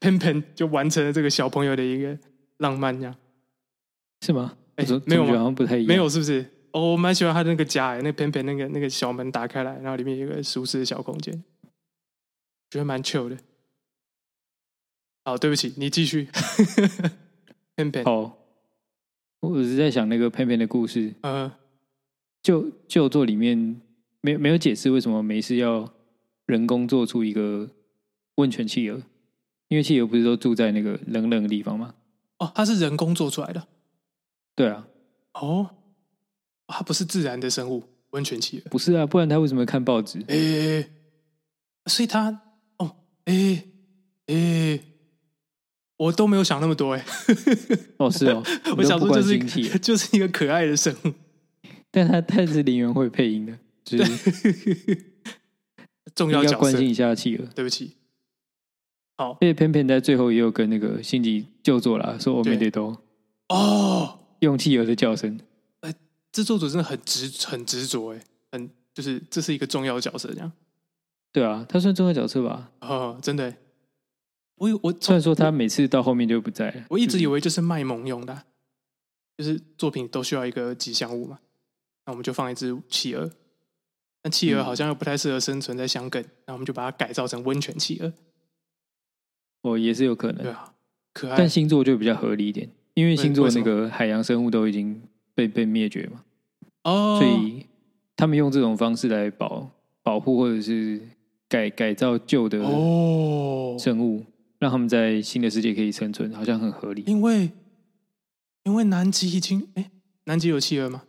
Speaker 2: Pen Pen 就完成了这个小朋友的一个浪漫呀，
Speaker 1: 是吗？我
Speaker 2: 哎
Speaker 1: 总
Speaker 2: 没
Speaker 1: 总
Speaker 2: 有
Speaker 1: 觉得
Speaker 2: 吗
Speaker 1: 好像不太一样。
Speaker 2: 没有是不是？哦，我蛮喜欢他的那个家欸耶，那 Pen Pen 那个那个小门打开来，然后里面有一个舒适的小空间，觉得蛮 chill 的。好，对不起，你继续。Pen Pen，
Speaker 1: 哦，我只是在想那个佩佩的故事，
Speaker 2: 呃，
Speaker 1: 就就作里面没没有解释为什么没事要人工做出一个温泉企鹅，因为企鹅不是都住在那个冷冷的地方吗？
Speaker 2: 哦，它是人工做出来的，
Speaker 1: 对啊，
Speaker 2: 哦，它不是自然的生物，温泉企鹅。
Speaker 1: 不是啊，不然他为什么看报纸？
Speaker 2: 诶、所以他哦，诶、诶、我都没有想那么多诶、，
Speaker 1: 哦，是哦
Speaker 2: 我想
Speaker 1: 你都不
Speaker 2: 说就
Speaker 1: 关
Speaker 2: 是一
Speaker 1: 心企
Speaker 2: 个
Speaker 1: 鹅，
Speaker 2: 就是一个可爱的生物，
Speaker 1: 但他但是林元会配音的，就是
Speaker 2: 重
Speaker 1: 应
Speaker 2: 要
Speaker 1: 该
Speaker 2: 角
Speaker 1: 关
Speaker 2: 色。
Speaker 1: 心一下企鹅。
Speaker 2: 对不起，好
Speaker 1: 而且偏偏在最后也有跟那个星级就座啦，说我
Speaker 2: 对
Speaker 1: 们得都
Speaker 2: 哦，
Speaker 1: 用企鹅的叫声。
Speaker 2: 制作组真的很执很执着诶、很就是这是一个重要角色这样，
Speaker 1: 对啊，他算重要角色吧？
Speaker 2: 哦，真的、诶我以我
Speaker 1: 虽
Speaker 2: 从
Speaker 1: 然说他每次到后面就不在了，
Speaker 2: 我一直以
Speaker 1: 为
Speaker 2: 为就是卖萌用的啊、就是作品都需要一个吉祥物嘛，那我们就放一只企鹅。但企鹅
Speaker 1: 嗯
Speaker 2: 好像又不太适合生存在香梗，那我们就把它改造成温泉企鹅，
Speaker 1: 我哦也是有可
Speaker 2: 对
Speaker 1: 能，
Speaker 2: 啊，可爱
Speaker 1: 但。星座就比较合理一点，因为星座那个海洋生物都已经被被灭绝嘛，
Speaker 2: 哦，
Speaker 1: 所以他们用这种方式来保保护或者是改改造旧的
Speaker 2: 哦，
Speaker 1: 生物，让他们在新的世界可以生存，好像很合理。
Speaker 2: 因为因为南极已经哎，南极有企鹅吗？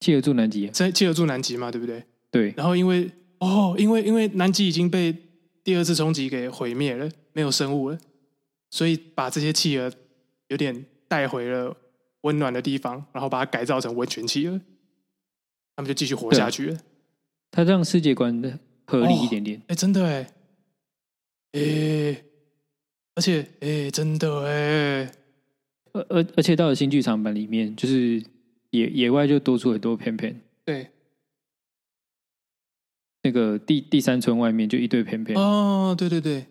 Speaker 1: 企鹅住南极、啊，
Speaker 2: 在企鹅住南极嘛，对不对？
Speaker 1: 对，
Speaker 2: 然后因为哦，因为因为南极已经被第二次冲击给毁灭了，没有生物了，所以把这些企鹅有点带回了温暖的地方，然后把它改造成温泉企鹅，他们就继续活
Speaker 1: 对
Speaker 2: 下去了。
Speaker 1: 它让世界观的合理一点点。
Speaker 2: 哎、真的哎，哎、而且哎、真的哎、
Speaker 1: 而而而且到了新剧场版里面，就是野野外就多出很多片片，
Speaker 2: 对，
Speaker 1: 那个第第三村外面就一堆片片，
Speaker 2: 哦，对对对。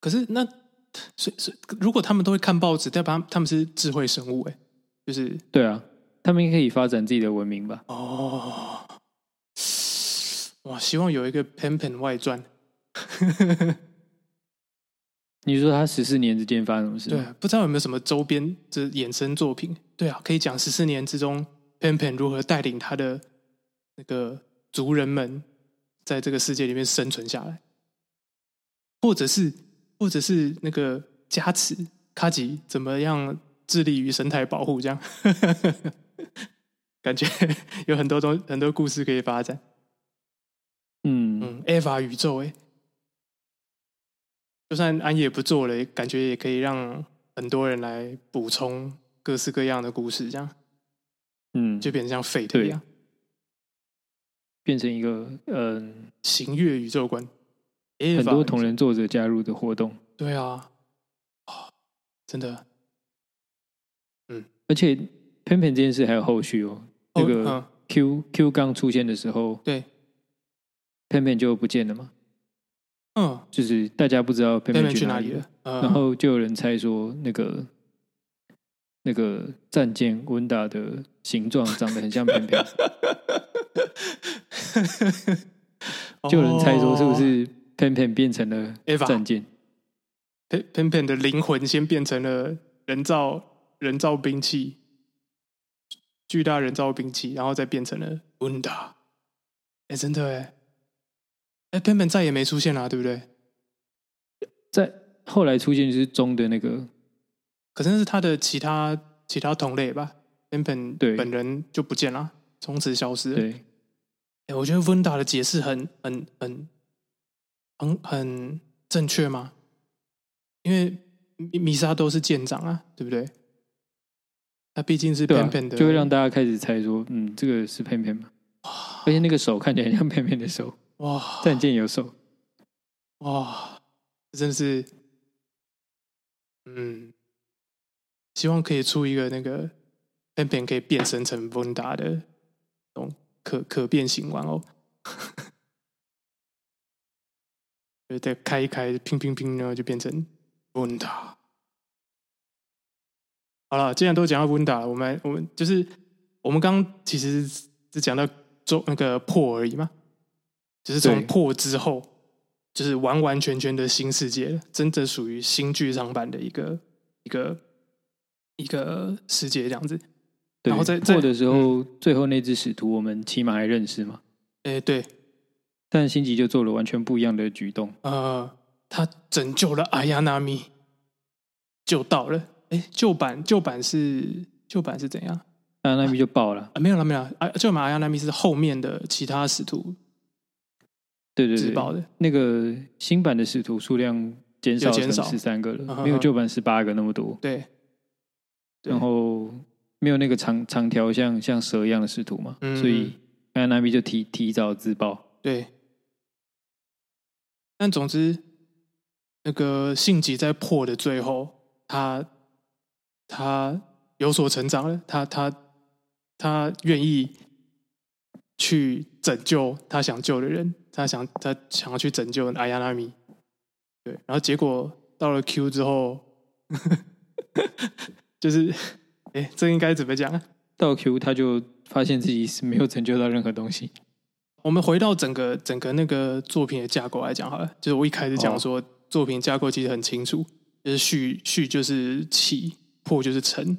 Speaker 2: 可是那，所以所以，如果他们都会看报纸，代表他他们是智慧生物哎，就是
Speaker 1: 对啊，他们应该可以发展自己的文明吧？
Speaker 2: 哦，哇，希望有一个《Pen Pen 外传》。
Speaker 1: 你说他十四年之间发生什么事
Speaker 2: 对
Speaker 1: 吗？
Speaker 2: 啊，不知道有没有什么周边的衍生作品？对啊，可以讲十四年之中，Pen Pen 如何带领他的那个族人们在这个世界里面生存下来，或者是或者是那个加持卡吉怎么样致力于生态保护，这样 感觉有很多东很多故事可以发展。
Speaker 1: 嗯，
Speaker 2: 嗯，Eva 宇宙哎、就算安野不做了，感觉也可以让很多人来补充各式各样的故事，这样
Speaker 1: 嗯，就
Speaker 2: 就变成像 Fate
Speaker 1: 对
Speaker 2: 一样，
Speaker 1: 变成一个嗯、
Speaker 2: 行月宇宙观。
Speaker 1: 很
Speaker 2: Eva
Speaker 1: 多
Speaker 2: 宇
Speaker 1: 同
Speaker 2: 宙
Speaker 1: 人作者加入的活动，
Speaker 2: 对啊，啊，真的
Speaker 1: 而且偏偏这件事还有后续哦。那
Speaker 2: 哦
Speaker 1: 个
Speaker 2: 嗯
Speaker 1: Q Q 刚出现的时候，
Speaker 2: 对，
Speaker 1: 偏偏就不见了嘛，
Speaker 2: 嗯，
Speaker 1: 就是大家不知道偏
Speaker 2: 对
Speaker 1: 偏
Speaker 2: 面去
Speaker 1: 去
Speaker 2: 哪
Speaker 1: 哪
Speaker 2: 里
Speaker 1: 里了
Speaker 2: 了，？嗯
Speaker 1: 然后就有人猜说那个那个战舰温达的形状长得很像偏 偏，就有人猜说是不
Speaker 2: 哦
Speaker 1: 是偏偏变成了
Speaker 2: Eva
Speaker 1: 战舰？
Speaker 2: Pen Pen Pen 的灵魂先变成了人造人造兵器，巨大人造兵器，然后再变成了 Wunda。哎、真的哎，哎、p e n Pen 再也没出现啦、对不对？
Speaker 1: 在后来出现就是中的那个
Speaker 2: 可是那是他的其他其他同类吧，Pen Pen
Speaker 1: 对
Speaker 2: 本人就不见啦，从此消失了。
Speaker 1: 对，
Speaker 2: 哎、我觉得温达的解释很很很很很正确吗？因为米米莎都是舰长啊，对不对？他毕竟是
Speaker 1: 对
Speaker 2: Pen
Speaker 1: 啊
Speaker 2: Pen 的，
Speaker 1: 就会让大家开始猜说，嗯，这个是片片嘛？而且那个手看起来很像片片的手，
Speaker 2: 哇
Speaker 1: 战舰有手，
Speaker 2: 哇，这真的是，嗯，希望可以出一个那个 Pen Pen 可以变身成温达的那种可可变形玩偶，就再开一开，乒乒乒，然后就变成温达。好了，既然都讲到温达了，我们我们就是我们刚刚其实只讲到中那个破而已嘛，就是从
Speaker 1: 对
Speaker 2: 破之后，就是完完全全的新世界了，真正属于新剧场版的一个一个一个世界这样子。
Speaker 1: 对
Speaker 2: 然后再再嗯
Speaker 1: 破的时候，最后那只使徒我们起码还认识嘛，
Speaker 2: 哎、对，
Speaker 1: 但星级就做了完全不一样的举动，
Speaker 2: 呃，他拯救了阿亚纳米，救到了。哎，旧版旧版是旧版是怎样
Speaker 1: 那那边就爆了，
Speaker 2: 啊？没有了，没有了。啊，旧版阿亚纳米是后面的其他使徒
Speaker 1: 对对
Speaker 2: 自
Speaker 1: 对，
Speaker 2: 爆的。
Speaker 1: 那个新版的使徒数量减少
Speaker 2: 有减
Speaker 1: 成
Speaker 2: 少
Speaker 1: 十三个
Speaker 2: 嗯哼
Speaker 1: 了，没有旧版十八个那么多，
Speaker 2: 对，对
Speaker 1: 然后没有那个长长条像像蛇一样的使徒嘛，
Speaker 2: 嗯
Speaker 1: 所以安娜比就提提早自爆，
Speaker 2: 对。但总之，那个性急在破的最后，他他有所成长了，他他他愿意去拯救他想救的人，他想他想要去拯救阿亚纳米。对，然后结果到了 Q 之后， 就是哎、诶这应该怎么讲啊？
Speaker 1: 到 Q 他就发现自己是没有拯救到任何东西，
Speaker 2: 我们回到整个整个那个作品的架构来讲好了，就是我一开始讲说、作品架构其实很清楚，就是序序就是起，破就是成，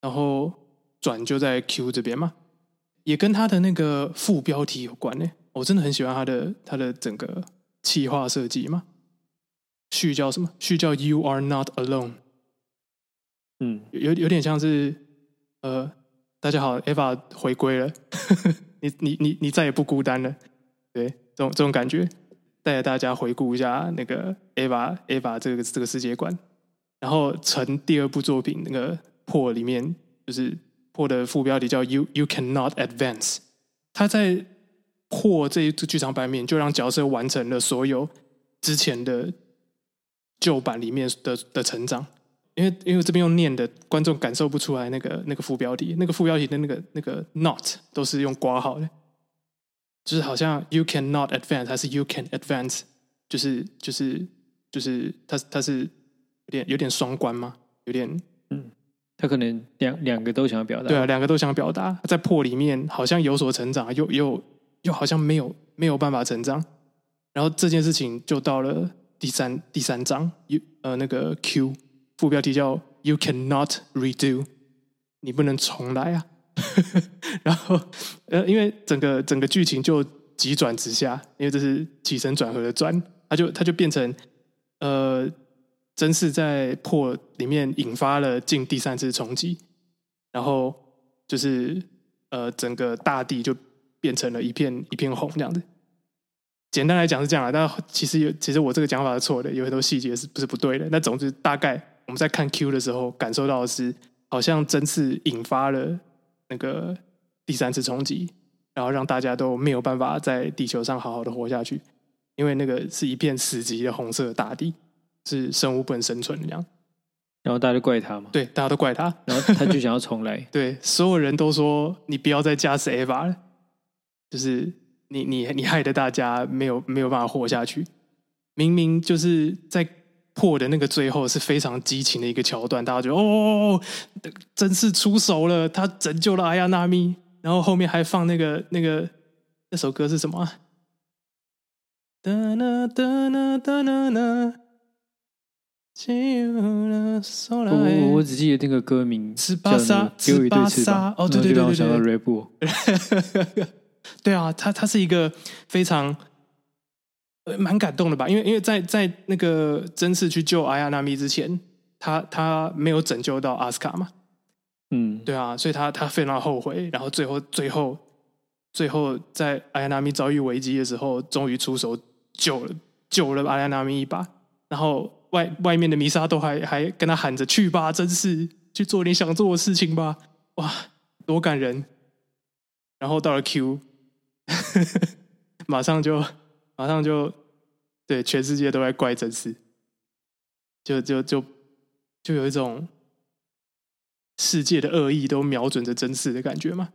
Speaker 2: 然后转就在 Q 这边嘛，也跟他的那个副标题有关呢、我真的很喜欢他的他的整个企划设计嘛，序叫什么？序叫 You Are Not Alone。
Speaker 1: 嗯，
Speaker 2: 有有点像是呃，大家好，Eva 回归了， 你你你你再也不孤单了，对，这种这种感觉，带着大家回顾一下那个 Eva Eva 这个这个世界观，然后陈第二部作品那个破里面，就是破的副标题叫 You You Cannot Advance，他在破这一剧场版面就让角色完成了所有之前的旧版里面的的成长。因为因为这边用念的，观众感受不出来那个那个副标题，那个副标题的那个那个 not 都是用挂号的，就是好像 you can not advance 还是 you can advance，就是就是就是它它是有点有点双关吗？有点
Speaker 1: 他可能两两个都想要表达。
Speaker 2: 对啊，两个都想表达，在破里面好像有所成长，又又又好像没有没有办法成长，然后这件事情就到了第三第三章，you 呃那个 Q 副标题叫 “You cannot redo”，你不能重来啊。 然后呃，因为整个整个剧情就急转直下，因为这是起承转合的转，它就它就变成呃。真是在破里面引发了近第三次冲击，然后就是呃，整个大地就变成了一片一片红这样子。简单来讲是这样啊，但其实有其实我这个讲法是错的，有很多细节是不是不对的。那总之大概我们在看 Q 的时候感受到的是，好像真是引发了那个第三次冲击，然后让大家都没有办法在地球上好好的活下去，因为那个是一片死寂的红色的大地，是生物不能生存的这样。
Speaker 1: 然后大家就怪他嘛，
Speaker 2: 对，大家都怪他，。
Speaker 1: 然后他就想要重来
Speaker 2: 对，所有人都说你不要再驾驶 Ava 了，就是你你你害得大家没有没有办法活下去。明明就是在破的那个最后是非常激情的一个桥段，大家觉得哦哦哦，真是出手了，他拯救了阿亚娜咪，然后后面还放那个那个那首歌是什么啊？哒啦哒啦哒啦啦，我
Speaker 1: 我我我只记得那个歌名
Speaker 2: 吃
Speaker 1: 叫
Speaker 2: 巴
Speaker 1: 什么
Speaker 2: 沙，
Speaker 1: 给我
Speaker 2: 吃
Speaker 1: 一对
Speaker 2: 巴
Speaker 1: 翅
Speaker 2: 沙
Speaker 1: 膀”，。
Speaker 2: 哦，对对
Speaker 1: 然
Speaker 2: 对
Speaker 1: 后就让
Speaker 2: 对
Speaker 1: 我想到
Speaker 2: 对
Speaker 1: r e b o
Speaker 2: 对啊，他他是一个非常呃蛮感动的吧，因为因为在在那个真嗣去救阿亚娜咪之前，他他没有拯救到阿斯卡嘛，
Speaker 1: 嗯，
Speaker 2: 对啊，所以他他非常后悔，然后最后最后最后在阿亚纳米遭遇危机的时候，终于出手救了救了阿亚纳米一把，然后外外面的弥沙都还还跟他喊着去吧，真是去做你想做的事情吧，哇，多感人！然后到了 Q，马上就马上就对全世界都在怪真嗣，就就就就有一种。世界的恶意都瞄准着真嗣的感觉嘛。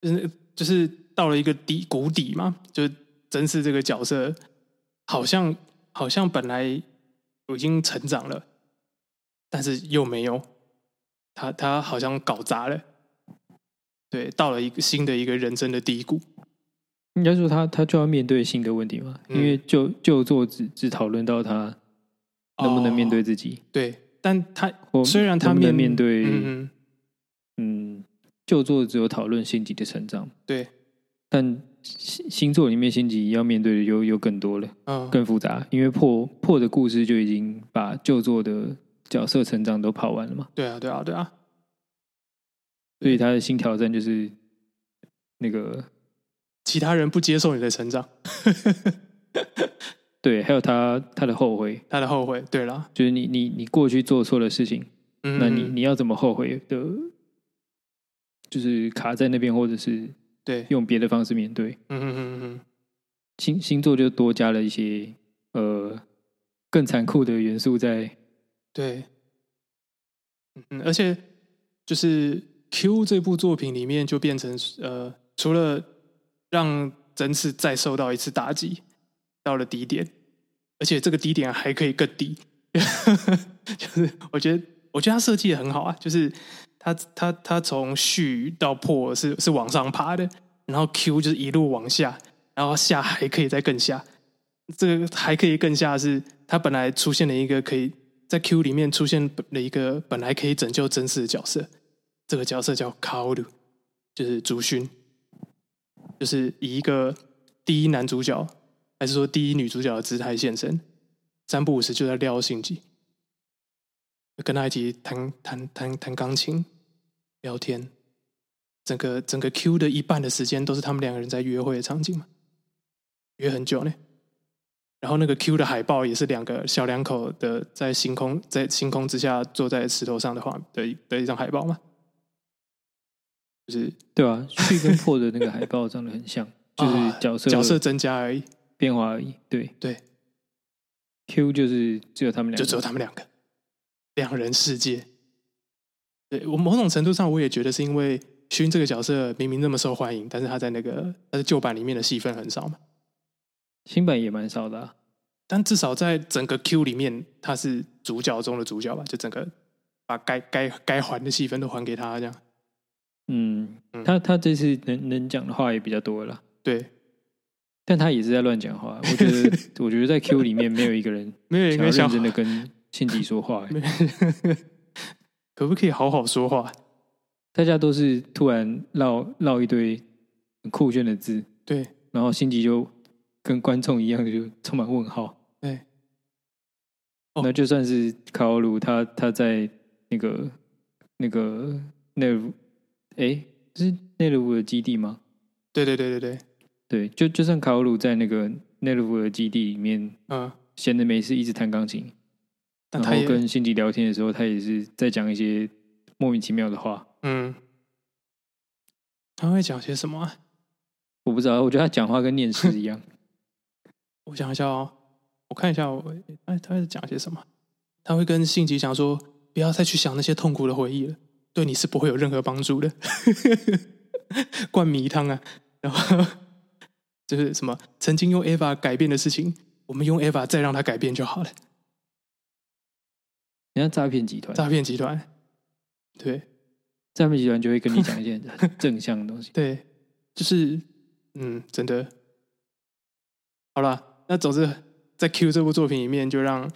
Speaker 2: 就是就是到了一个低谷底嘛，就是真嗣这个角色好像好像本来已经成长了，但是又没有，他他好像搞砸了。对，到了一个新的一个人生的低谷，
Speaker 1: 应该说他他就要面对新的问题嘛，
Speaker 2: 嗯
Speaker 1: 因为就就做只只讨论到他能不能面对
Speaker 2: 哦？
Speaker 1: 自己，
Speaker 2: 对，但他
Speaker 1: 或
Speaker 2: 虽然他
Speaker 1: 能不
Speaker 2: 面
Speaker 1: 能面对
Speaker 2: 嗯嗯，
Speaker 1: 嗯，就做只有讨论星级的成长，
Speaker 2: 对，
Speaker 1: 但星星座里面星级要面对的又又更多了，
Speaker 2: 嗯，
Speaker 1: 更复杂，因为破破的故事就已经把就做的角色成长都跑完了嘛，
Speaker 2: 对啊，对啊，对啊，
Speaker 1: 所以他的新挑战就是那个
Speaker 2: 其他人不接受你的成长，
Speaker 1: 对，还有他他的后悔，
Speaker 2: 他的后悔，对啦，
Speaker 1: 就是你你你过去做错的事情，
Speaker 2: 嗯，
Speaker 1: 那你
Speaker 2: 嗯
Speaker 1: 你要怎么后悔的，就是卡在那边，或者是
Speaker 2: 对，
Speaker 1: 用别的方式面对。
Speaker 2: 嗯嗯嗯嗯
Speaker 1: 星星座就多加了一些呃更残酷的元素在，
Speaker 2: 对，嗯嗯，而且就是 Q 这部作品里面就变成呃，除了让真嗣再受到一次打击，到了低点，而且这个低点还可以更低， 就是我觉得我觉得他设计的很好啊，就是他他他从续到破是是往上爬的，然后 Q 就是一路往下，然后下还可以再更下，这个还可以更下是他本来出现了一个可以在 Q 里面出现了一个本来可以拯救真嗣的角色，这个角色叫 Kaoru，就是竹勋，就是以一个第一男主角还是说第一女主角的姿态现身，三不五时就在撩心机，跟他一起弹弹弹弹钢琴、聊天，整个整个 Q 的一半的时间都是他们两个人在约会的场景嘛，约很久呢。然后那个 Q 的海报也是两个小两口的在星空在星空之下坐在石头上的画的一的一张海报嘛，就是
Speaker 1: 对吧、旭跟破的那个海报长得很 像，就是
Speaker 2: 啊
Speaker 1: 角色
Speaker 2: 角色增加而已，
Speaker 1: 变化而已。对
Speaker 2: 对
Speaker 1: ，Q 就是只有他们两
Speaker 2: 就
Speaker 1: 个，
Speaker 2: 只有他们两个，两人世界。对我某种程度上，我也觉得是因为勋这个角色明明那么受欢迎，但是他在那个他在旧版里面的戏份很少嘛。
Speaker 1: 新版也蛮少的、啊。
Speaker 2: 但至少在整个 Q 里面，他是主角中的主角吧，就整个把该该该还的戏份都还给他，这样
Speaker 1: 嗯
Speaker 2: 嗯，
Speaker 1: 他他这次能能讲的话也比较多了啦，
Speaker 2: 对，
Speaker 1: 但他也是在乱讲话。我觉得， 我觉得在 Q 里面没有一个人
Speaker 2: 没有
Speaker 1: 想
Speaker 2: 人
Speaker 1: 要
Speaker 2: 跟小
Speaker 1: 认真的跟辛迪说话、欸
Speaker 2: 没 可不可以好好说话？
Speaker 1: 大家都是突然唠唠一堆很酷炫的字，
Speaker 2: 对，
Speaker 1: 然后辛迪就跟观众一样，就充满问号。
Speaker 2: 对，哦
Speaker 1: 那就算是卡奥鲁他他在那个那个内鲁，哎，是内鲁的基地吗？
Speaker 2: 对对对对对，
Speaker 1: 对，就就算卡奥鲁在那个内鲁的基地里面
Speaker 2: 嗯，
Speaker 1: 闲着没事一直弹钢琴，
Speaker 2: 但
Speaker 1: 然
Speaker 2: 他
Speaker 1: 后
Speaker 2: 也
Speaker 1: 跟辛迪聊天的时候，他也是在讲一些莫名其妙的话。
Speaker 2: 嗯，他会讲些什么、啊？
Speaker 1: 我不知道，我觉得他讲话跟念诗一样。
Speaker 2: 我想一下哦，我看一下我哎，他会讲些什么？他会跟信吉讲说，不要再去想那些痛苦的回忆了，对你是不会有任何帮助的。 灌迷汤啊，然后 就是什么曾经用 Eva 改变的事情，我们用 Eva 再让它改变就好了。
Speaker 1: 人家诈骗集团，
Speaker 2: 诈骗集团，对。
Speaker 1: 诈骗集团就会跟你讲一些很正向的东西
Speaker 2: 对，就是嗯，真的。好啦，那总之在 Q 这部作品里面，就让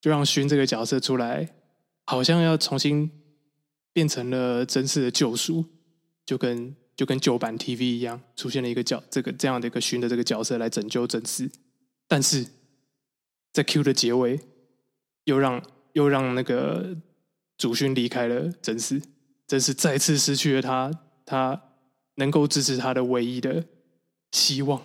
Speaker 2: 就让勋这个角色出来，好像要重新变成了真实的救赎，就跟就跟旧版 TV 一样，出现了一个角这个这样的一个勋的这个角色来拯救真嗣，但是在 Q 的结尾，又让又让那个主勋离开了真嗣，真嗣再次失去了他他能够支持他的唯一的希望。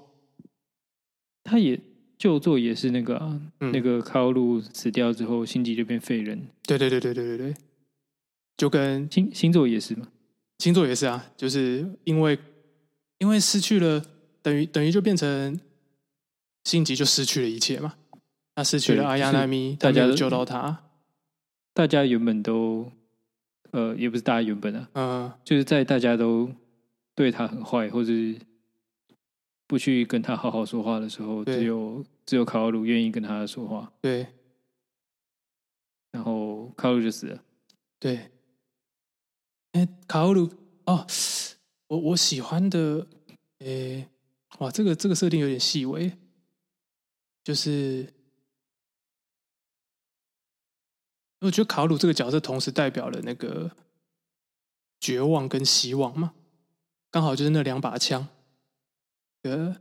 Speaker 1: 他也就作也是那个、啊
Speaker 2: 嗯
Speaker 1: 那个卡奥鲁死掉之后，辛迪就变废人。
Speaker 2: 对对对对对对对，就跟
Speaker 1: 星星座也是嘛，
Speaker 2: 星座也是啊，就是因为因为失去了，等于等于就变成心急就失去了一切嘛。他失去
Speaker 1: 对
Speaker 2: 了阿
Speaker 1: 就
Speaker 2: 亚
Speaker 1: 是
Speaker 2: 纳米，
Speaker 1: 大
Speaker 2: 他没
Speaker 1: 家
Speaker 2: 有
Speaker 1: 都
Speaker 2: 救到他。
Speaker 1: 大家原本都呃，也不是大家原本啊，
Speaker 2: 嗯，
Speaker 1: 就是在大家都对他很坏，或者不去跟他好好说话的时候，
Speaker 2: 对
Speaker 1: 只有只有卡奥鲁愿意跟他说话，
Speaker 2: 对
Speaker 1: 然后卡奥鲁就死了。
Speaker 2: 对。哎，卡欧鲁哦，我我喜欢的，诶，哇，这个这个设定有点细微，就是我觉得卡鲁这个角色同时代表了那个绝望跟希望嘛，刚好就是那两把枪，呃，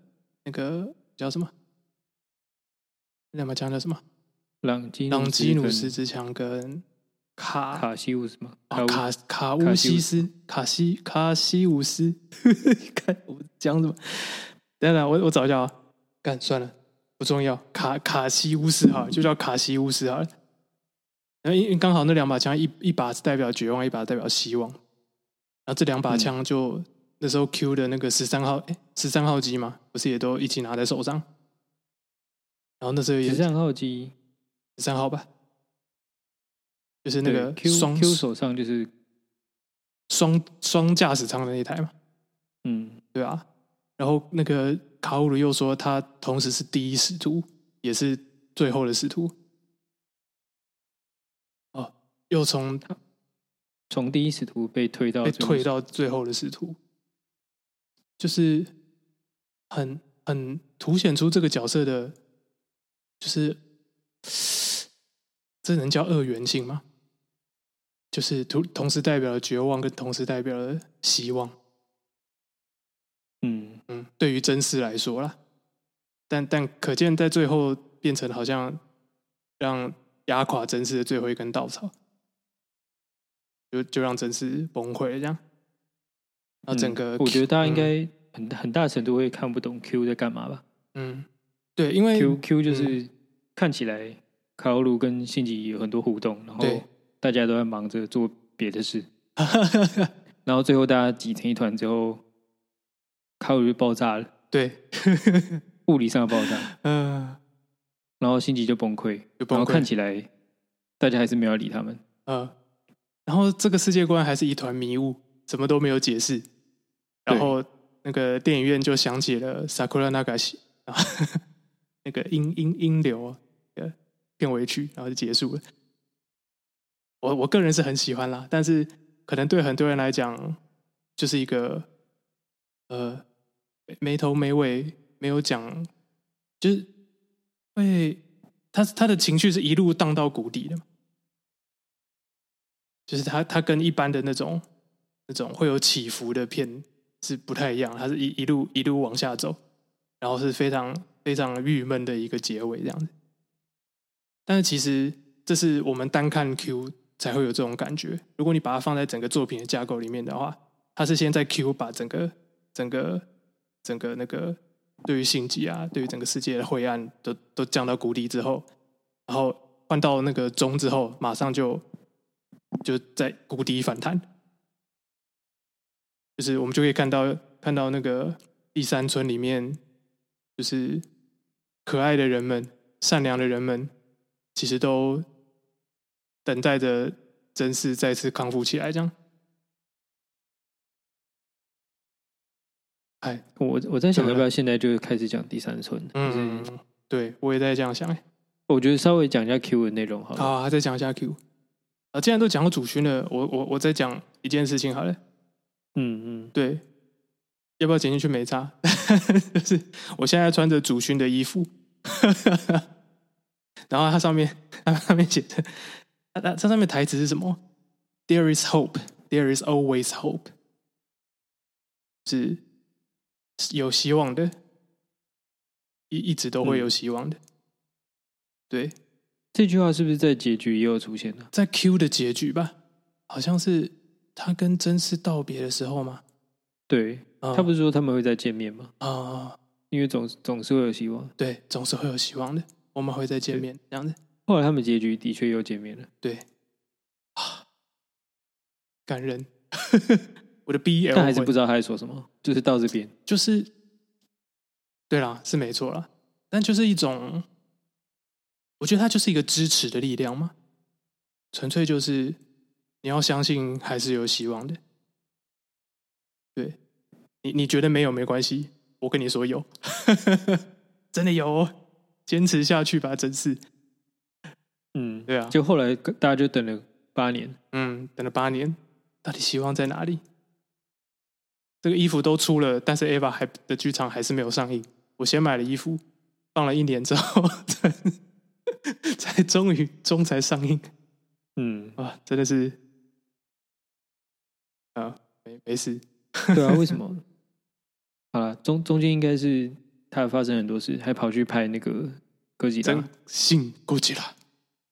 Speaker 2: 那个叫什么？那两把枪叫什么？
Speaker 1: 朗基
Speaker 2: 朗基努斯
Speaker 1: 斯
Speaker 2: 之枪跟卡
Speaker 1: 卡西乌斯嘛，
Speaker 2: 哦
Speaker 1: 卡
Speaker 2: 卡
Speaker 1: 乌卡
Speaker 2: 卡乌
Speaker 1: 西乌
Speaker 2: 西斯卡西卡西乌斯， 看我讲什么？等一下等一下，我我找一下啊。干算了，不重要。卡卡西乌斯好了，就叫卡西乌斯好了。然后因因为刚好那两把枪，一一把是代表绝望，一把代表希望。然后这两把
Speaker 1: 嗯
Speaker 2: 枪就、那时候 Q 的那个十三号，哎，十三号机嘛，不是也都一起拿在手上？然后那时候也
Speaker 1: 十
Speaker 2: 十
Speaker 1: 三号机
Speaker 2: 三号吧，就是那个
Speaker 1: 对 Q
Speaker 2: 双
Speaker 1: Q 手上就是
Speaker 2: 双双驾驶舱的那一台嘛。
Speaker 1: 嗯，
Speaker 2: 对啊。然后那个卡乌鲁又说，他同时是第一使徒，也是最后的使徒。哦，又从
Speaker 1: 从第一使徒被推到
Speaker 2: 被
Speaker 1: 最后
Speaker 2: 退到最后的使徒，就是很很凸显出这个角色的，就是这能叫二元性吗？就是同同时代表了绝望，跟同时代表了希望。
Speaker 1: 嗯，
Speaker 2: 嗯，对于真丝来说啦，但但可见在最后变成好像让压垮真丝的最后一根稻草，就就让真丝崩溃了这样。然后整个、
Speaker 1: 嗯我觉得大家应该很很大程度会看不懂 Q 在干嘛吧
Speaker 2: 嗯，对，因为嗯
Speaker 1: ？Q Q 就是看起来卡欧鲁跟信吉有很多互动，然后
Speaker 2: 对
Speaker 1: 大家都在忙着做别的 事，然后最后大家挤成一团之后，卡欧鲁就爆炸了，
Speaker 2: 对，
Speaker 1: 物理上的爆炸，
Speaker 2: 嗯、
Speaker 1: 然后信吉就崩溃，
Speaker 2: 就
Speaker 1: 然
Speaker 2: 崩
Speaker 1: 后看
Speaker 2: 溃，
Speaker 1: 起来大家还是没有要理他们。
Speaker 2: 呃，然后这个世界观还是一团迷雾，什么都没有解释。然后那个电影院就响起了 Sakura Nagashi 啊， 那个音音音流啊呃片尾曲，然后就结束了。我我个人是很喜欢啦，但是可能对很多人来讲，就是一个呃没没头没尾，没有讲，就是会他他的情绪是一路荡到谷底的嘛，就是他他跟一般的那种那种会有起伏的片是不太一样，它是一一路一路往下走，然后是非常非常郁闷的一个结尾这样子。但是其实这是我们单看 Q 才会有这种感觉。如果你把它放在整个作品的架构里面的话，它是先在 Q 把整个整个整个那个对于性急啊，对于整个世界的灰暗都都降到谷底之后，然后换到那个中之后，马上就就在谷底反弹。就是我们就可以看到看到那个第三村里面，就是可爱的人们、善良的人们，其实都等待着真嗣再次康复起来。这样，哎，
Speaker 1: 我我在想
Speaker 2: 怎么
Speaker 1: 要
Speaker 2: 了
Speaker 1: 不要现在就开始讲第三村，就是
Speaker 2: 嗯，对我也在这样想。哎
Speaker 1: 我觉得稍微讲一下 Q 的内容好了。
Speaker 2: 好，再讲一下 Q 啊，既然都讲到主勋了，我我我再讲一件事情好了。
Speaker 1: 嗯嗯，
Speaker 2: 对，要不要剪进去没差，就是我现在穿着主勋的衣服，然后它上面它上面写的，它它它上面台词是什么？There is hope, there is always hope，是是有希望的，一一直都
Speaker 1: 嗯
Speaker 2: 会有希望的。对，
Speaker 1: 这句话是不是在结局也有出现呢、
Speaker 2: 在 Q 的结局吧，好像是他跟真嗣道别的时候吗？
Speaker 1: 对，
Speaker 2: 啊
Speaker 1: 他不是说他们会再见面吗？
Speaker 2: 啊。
Speaker 1: 因为总总是会有希望。
Speaker 2: 对，总是会有希望的，我们会再见
Speaker 1: 对
Speaker 2: 面，这样子
Speaker 1: 后来他们结局的确又见面了，
Speaker 2: 啊感人。 我的 BL
Speaker 1: 但还是
Speaker 2: 文
Speaker 1: 不知道他在说什么，就是到这边。
Speaker 2: 就是，对啦，是没错啦，但就是一种，我觉得它就是一个支持的力量嘛，纯粹就是你要相信还是有希望的。对，你你觉得没有没关系，我跟你说有， 真的有、哦，坚持下去吧，真是。
Speaker 1: 嗯，
Speaker 2: 对啊，
Speaker 1: 就后来大家就等了八年，
Speaker 2: 嗯，等了八年，到底希望在哪里？这个衣服都出了，但是 Ava 还的剧场还是没有上映。我先买了衣服，放了一年之后， 才才终于终才上映，
Speaker 1: 嗯
Speaker 2: 啊！真的是啊，没没事，
Speaker 1: 对啊，为什么？ 好了，中中间应该是他发生很多事，还跑去拍那个哥吉
Speaker 2: 真
Speaker 1: 拉，
Speaker 2: 信过去了。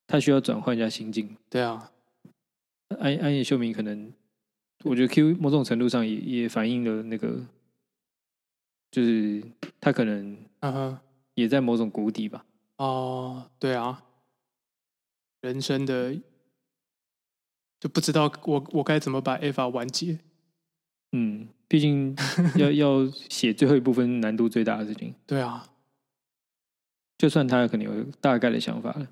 Speaker 1: 他需要转换一下心境。
Speaker 2: 对啊，
Speaker 1: 安安野秀明可能，我觉得 Q 某种程度上也也反映了那个，就是他可能
Speaker 2: 嗯哼，
Speaker 1: 也在某种谷底吧。
Speaker 2: 哦，对啊，人生的就不知道我我该怎么把 Ava 完结。
Speaker 1: 嗯，毕竟要要写最后一部分难度最大的事情，
Speaker 2: 对啊，
Speaker 1: 就算他可能有大概的想法了，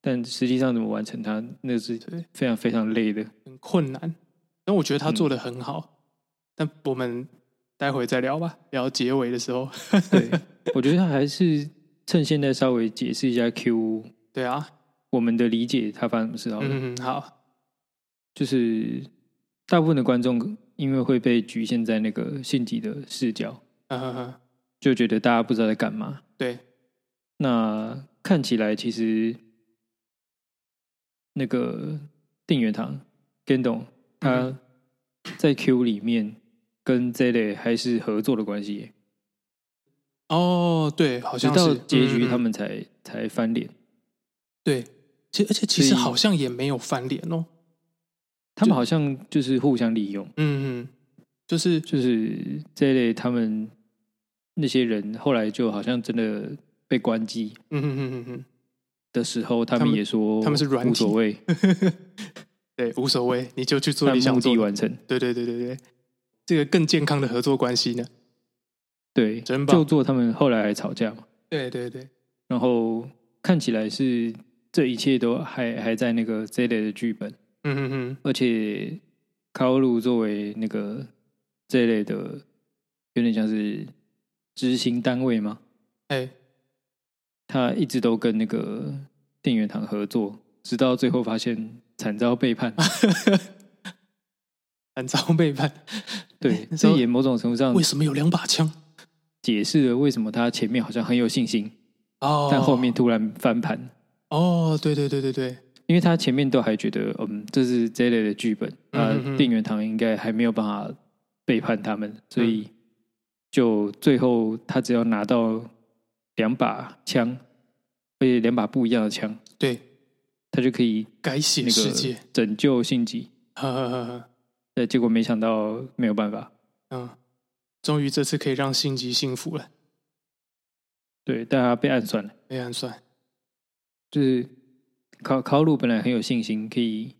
Speaker 1: 但实际上怎么完成它，那是
Speaker 2: 对
Speaker 1: 非常非常累的。
Speaker 2: 很困难，但我觉得他
Speaker 1: 嗯
Speaker 2: 做的很好。但我们待会再聊吧，聊结尾的时候。
Speaker 1: 对，我觉得他还是趁现在稍微解释一下 Q
Speaker 2: 对啊，
Speaker 1: 我们的理解他发生什么事好了。
Speaker 2: 嗯，好，
Speaker 1: 就是大部分的观众因为会被局限在那个性级的视角，
Speaker 2: 嗯哼哼，
Speaker 1: 就觉得大家不知道在干嘛。
Speaker 2: 对，
Speaker 1: 那看起来其实那个定元堂 Gendon
Speaker 2: 嗯
Speaker 1: 他在 Q 里面跟 Z 类还是合作的关系耶，
Speaker 2: 哦，对，好
Speaker 1: 直
Speaker 2: 像
Speaker 1: 到
Speaker 2: 是
Speaker 1: 结局他
Speaker 2: 嗯嗯嗯
Speaker 1: 们才、才翻脸。
Speaker 2: 对，其实而且其实
Speaker 1: 所以
Speaker 2: 好像也没有翻脸哦。
Speaker 1: 他们好像就是互相利用，
Speaker 2: 嗯嗯，就是
Speaker 1: 就是这一类他们那些人后来就好像真的被关机
Speaker 2: 嗯哼哼哼哼，
Speaker 1: 的时候，他
Speaker 2: 他
Speaker 1: 们
Speaker 2: 们
Speaker 1: 也说
Speaker 2: 他们是软体
Speaker 1: 无所谓，
Speaker 2: 对，无所谓，你就去做
Speaker 1: 但
Speaker 2: 你
Speaker 1: 嗯
Speaker 2: 想
Speaker 1: 目
Speaker 2: 做
Speaker 1: 的
Speaker 2: 的。
Speaker 1: 完成。
Speaker 2: 对对对对对，这个更健康的合作关系呢？
Speaker 1: 对，
Speaker 2: 真棒
Speaker 1: 就做他们后来还吵架嘛，
Speaker 2: 对对对，
Speaker 1: 然后看起来是这一切都还还在那个这一类的剧本，
Speaker 2: 嗯哼哼，
Speaker 1: 而且卡欧鲁作为那个这一类的，有点像是执行单位嘛，
Speaker 2: 哎，
Speaker 1: 他一直都跟那个电源堂合作，直到最后发现惨遭背叛。
Speaker 2: 啊很遭背叛，
Speaker 1: 对，
Speaker 2: 那时
Speaker 1: 这
Speaker 2: 候
Speaker 1: 也某种程度上
Speaker 2: 为什么有两把枪？
Speaker 1: 解释了为什么他前面好像很有信心，
Speaker 2: 哦，
Speaker 1: 但后面突然翻盘，
Speaker 2: 哦，对对对对对，
Speaker 1: 因为他前面都还觉得嗯这是这类的剧本，啊
Speaker 2: 嗯嗯，嗯
Speaker 1: 电源堂应该还没有办法背叛他们，所
Speaker 2: 嗯
Speaker 1: 以就最后他只要拿到两把枪，而且两把不一样的枪，
Speaker 2: 对，
Speaker 1: 他就可以
Speaker 2: 改写
Speaker 1: 那
Speaker 2: 世
Speaker 1: 个
Speaker 2: 界，
Speaker 1: 拯救信吉。
Speaker 2: 呵呵呵呵，
Speaker 1: 但结果没想到没有办法，
Speaker 2: 嗯，终于这次可以让心急幸福了，
Speaker 1: 对，但他被暗算了。
Speaker 2: 被暗算，
Speaker 1: 就是考考鲁本来很有信心，可以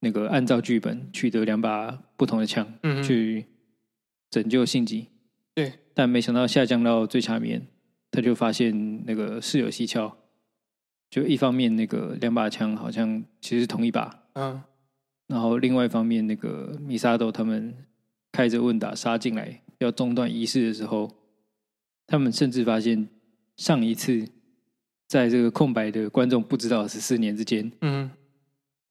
Speaker 1: 那个按照剧本取得两把不同的枪、
Speaker 2: 嗯哼，
Speaker 1: 去拯救信吉，
Speaker 2: 对，
Speaker 1: 但没想到下降到最下面，他就发现那个事有蹊跷。就一方面那个两把枪好像其实是同一把，
Speaker 2: 嗯，
Speaker 1: 然后另外一方面那个米沙斗他们开着问答杀进来要中断仪式的时候，他们甚至发现上一次在这个空白的观众不知道十四年之间，
Speaker 2: 嗯，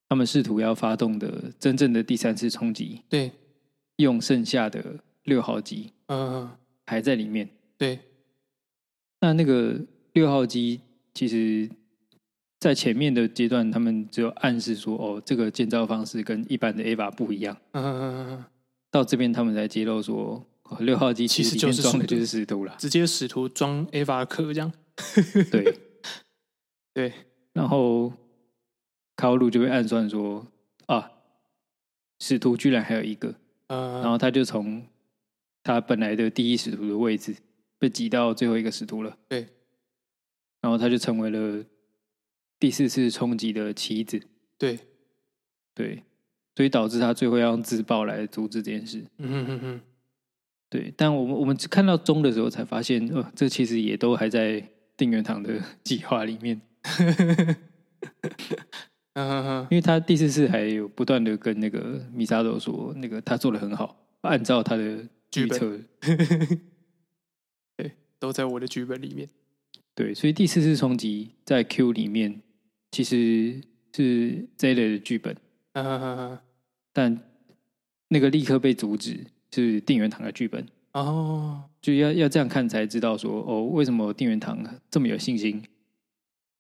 Speaker 1: 他们试图要发动的真正的第三次冲击，
Speaker 2: 对，
Speaker 1: 用剩下的六号机
Speaker 2: 嗯嗯，
Speaker 1: 还在里面。
Speaker 2: 对，
Speaker 1: 那那个六号机其实，在前面的阶段，他们只有暗示说，哦，这个建造方式跟一般的 AVA 不一样。
Speaker 2: 嗯嗯嗯嗯，
Speaker 1: 到这边他们才揭露说，哦六号机
Speaker 2: 其实
Speaker 1: 里
Speaker 2: 就
Speaker 1: 面
Speaker 2: 是
Speaker 1: 装的
Speaker 2: 速度
Speaker 1: 就是使徒 啦。
Speaker 2: 直接使徒装 Ava 克这样，
Speaker 1: 对
Speaker 2: 对，
Speaker 1: 然后卡欧鲁就被暗算说，啊，使徒居然还有一个，
Speaker 2: 嗯，
Speaker 1: 然后他就从他本来的第一使徒的位置被挤到最后一个使徒了。
Speaker 2: 对，
Speaker 1: 然后他就成为了第四次冲击的棋子。
Speaker 2: 对，
Speaker 1: 对，所以导致他最后要用自爆来阻止这件事。
Speaker 2: 嗯哼哼哼，
Speaker 1: 对，但我们我们只看到中的时候才发现，呃，这其实也都还在定元堂的计划里面，
Speaker 2: 嗯哼哼，
Speaker 1: 因为他第四次还有不断的跟那个米沙斗说，那个他做的很好，按照他的
Speaker 2: 剧
Speaker 1: 预
Speaker 2: 本
Speaker 1: 测，
Speaker 2: 都在我的剧本里面，
Speaker 1: 对，所以第四次冲击在 Q 里面其实是这一类的剧本，
Speaker 2: 嗯哼哼哼，
Speaker 1: 但那个立刻被阻止是定元堂的剧本，
Speaker 2: 哦，
Speaker 1: 就要要这样看才知道说，哦，为什么定元堂这么有信心，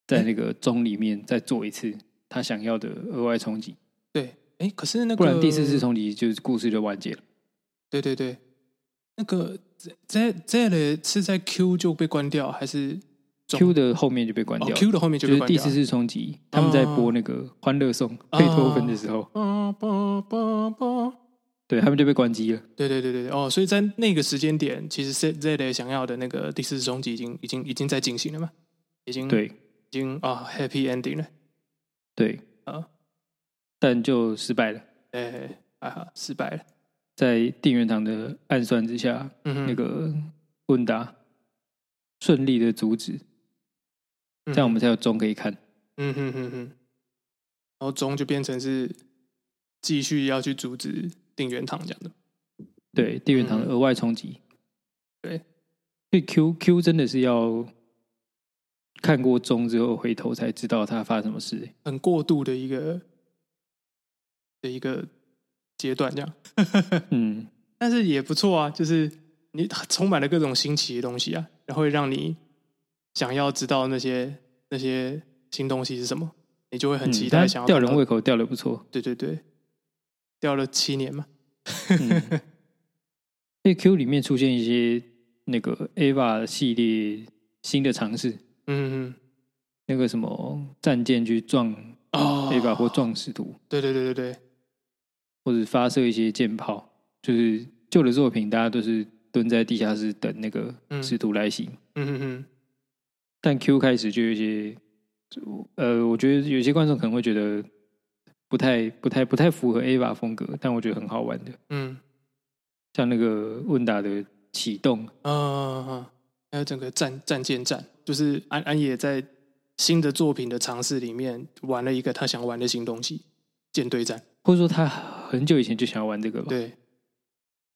Speaker 1: 在那个钟里面再做一次他想要的额外冲击，
Speaker 2: 对，哎，可是那
Speaker 1: 不
Speaker 2: 个
Speaker 1: 然第四次冲击就是故事就完结了。
Speaker 2: 对对对，那个这这类是在 Q 就被关掉，还是中
Speaker 1: Q 的后面就被关
Speaker 2: 哦
Speaker 1: 掉了，
Speaker 2: Q 的后面就
Speaker 1: 就
Speaker 2: 被
Speaker 1: 是
Speaker 2: 关
Speaker 1: 第
Speaker 2: 掉哦
Speaker 1: 四？次冲击，他们在播那个《欢乐颂》贝多芬的时候，
Speaker 2: 叭叭叭叭，
Speaker 1: 对他们就被关机了。
Speaker 2: 对对对对对哦，所以在那个时间点，其实 Z Z 类想要的那个第四次终极已经已经已经在进行了嘛，已经
Speaker 1: 对
Speaker 2: 已经啊、happy ending 了，
Speaker 1: 对
Speaker 2: 啊，
Speaker 1: 但就失败了，
Speaker 2: 哎啊哈失败了，
Speaker 1: 在定元堂的暗算之下，
Speaker 2: 嗯哼，
Speaker 1: 那个问答顺利的阻止，
Speaker 2: 嗯哼
Speaker 1: 这样我们才有钟可以看。
Speaker 2: 嗯哼哼哼，然后中就变成是继续要去阻止定元堂讲的，
Speaker 1: 对，地缘堂的额外冲击。
Speaker 2: 嗯对，
Speaker 1: 所以 Q Q 真的是要看过钟之后回头才知道他发生什么 事。欸
Speaker 2: 很过度的一个的一个阶段这样。
Speaker 1: 嗯，
Speaker 2: 但是也不错啊，就是你充满了各种新奇的东西啊，然后会让你想要知道那些那些新东西是什么，你就会很期
Speaker 1: 嗯他
Speaker 2: 待想要
Speaker 1: 吊
Speaker 2: 看
Speaker 1: 人
Speaker 2: 到。
Speaker 1: 胃口，吊的不 错。
Speaker 2: 对对对，掉了七年嘛，
Speaker 1: 嗯，所以 Q 里面出现一些那个 Ava 系列新的尝试，
Speaker 2: 嗯
Speaker 1: 那个什么战舰去撞
Speaker 2: 嗯哦，
Speaker 1: Ava 或撞使徒，
Speaker 2: 对对对对对，
Speaker 1: 或者发射一些舰炮，就是旧的作品，大家都是蹲在地下室等那个
Speaker 2: 嗯
Speaker 1: 使徒来袭，
Speaker 2: 嗯嗯嗯，
Speaker 1: 但 Q 开始就有一些，呃，我觉得有些观众可能会觉得不太、不太、不太符合 AVA 风格，但我觉得很好玩的，
Speaker 2: 嗯
Speaker 1: 像那个问答的启动，
Speaker 2: 啊啊，啊还有整个战战舰战，就是安安野在新的作品的尝试里面玩了一个他想玩的新东西——舰队战。
Speaker 1: 或者说他很久以前就想要玩这个吧。
Speaker 2: 对，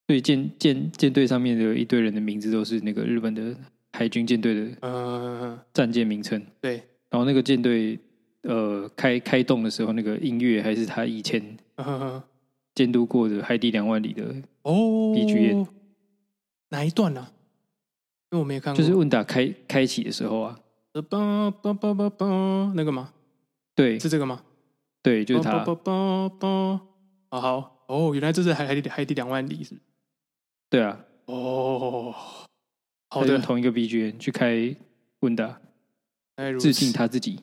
Speaker 1: 所以舰舰舰队上面的一堆人的名字都是那个日本的海军舰队的
Speaker 2: 嗯、呃，
Speaker 1: 战舰名称。
Speaker 2: 对，
Speaker 1: 然后那个舰队呃开开动的时候，那个音乐还是他以前
Speaker 2: 嗯嗯嗯
Speaker 1: 监督过的《海底两万里》的，
Speaker 2: 哦
Speaker 1: BGM
Speaker 2: 哪一段呢、啊？因为我没有看过，
Speaker 1: 就是问答开开启的时候啊，
Speaker 2: 呃叭叭叭叭叭那个吗？
Speaker 1: 对
Speaker 2: 是这个吗？
Speaker 1: 对，就是
Speaker 2: 叭
Speaker 1: 他。
Speaker 2: 叭叭叭。啊好，哦，原来这是海海底海底两万里是不是
Speaker 1: 对啊，
Speaker 2: 哦，好
Speaker 1: 他用
Speaker 2: 的，
Speaker 1: 同一个 BGM 去开问答，
Speaker 2: 哎如
Speaker 1: 致
Speaker 2: 此
Speaker 1: 敬他自己。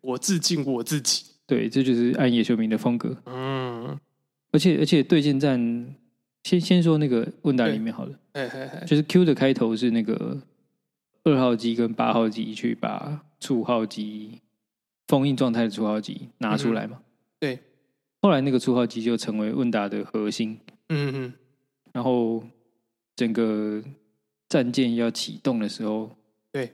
Speaker 2: 我致敬我自己。
Speaker 1: 对，这就是暗夜秀明的风格。
Speaker 2: 嗯，
Speaker 1: 而且而且对剑战，先先说那个问答里面好了，
Speaker 2: 嘿嘿嘿，
Speaker 1: 就是 Q 的开头是那个二号机跟八号机去把初号机封印状态的初号机拿出来嘛。
Speaker 2: 对，
Speaker 1: 后来那个初号机就成为问答的核心，
Speaker 2: 嗯嗯
Speaker 1: 然后整个战舰要启动的时候，
Speaker 2: 对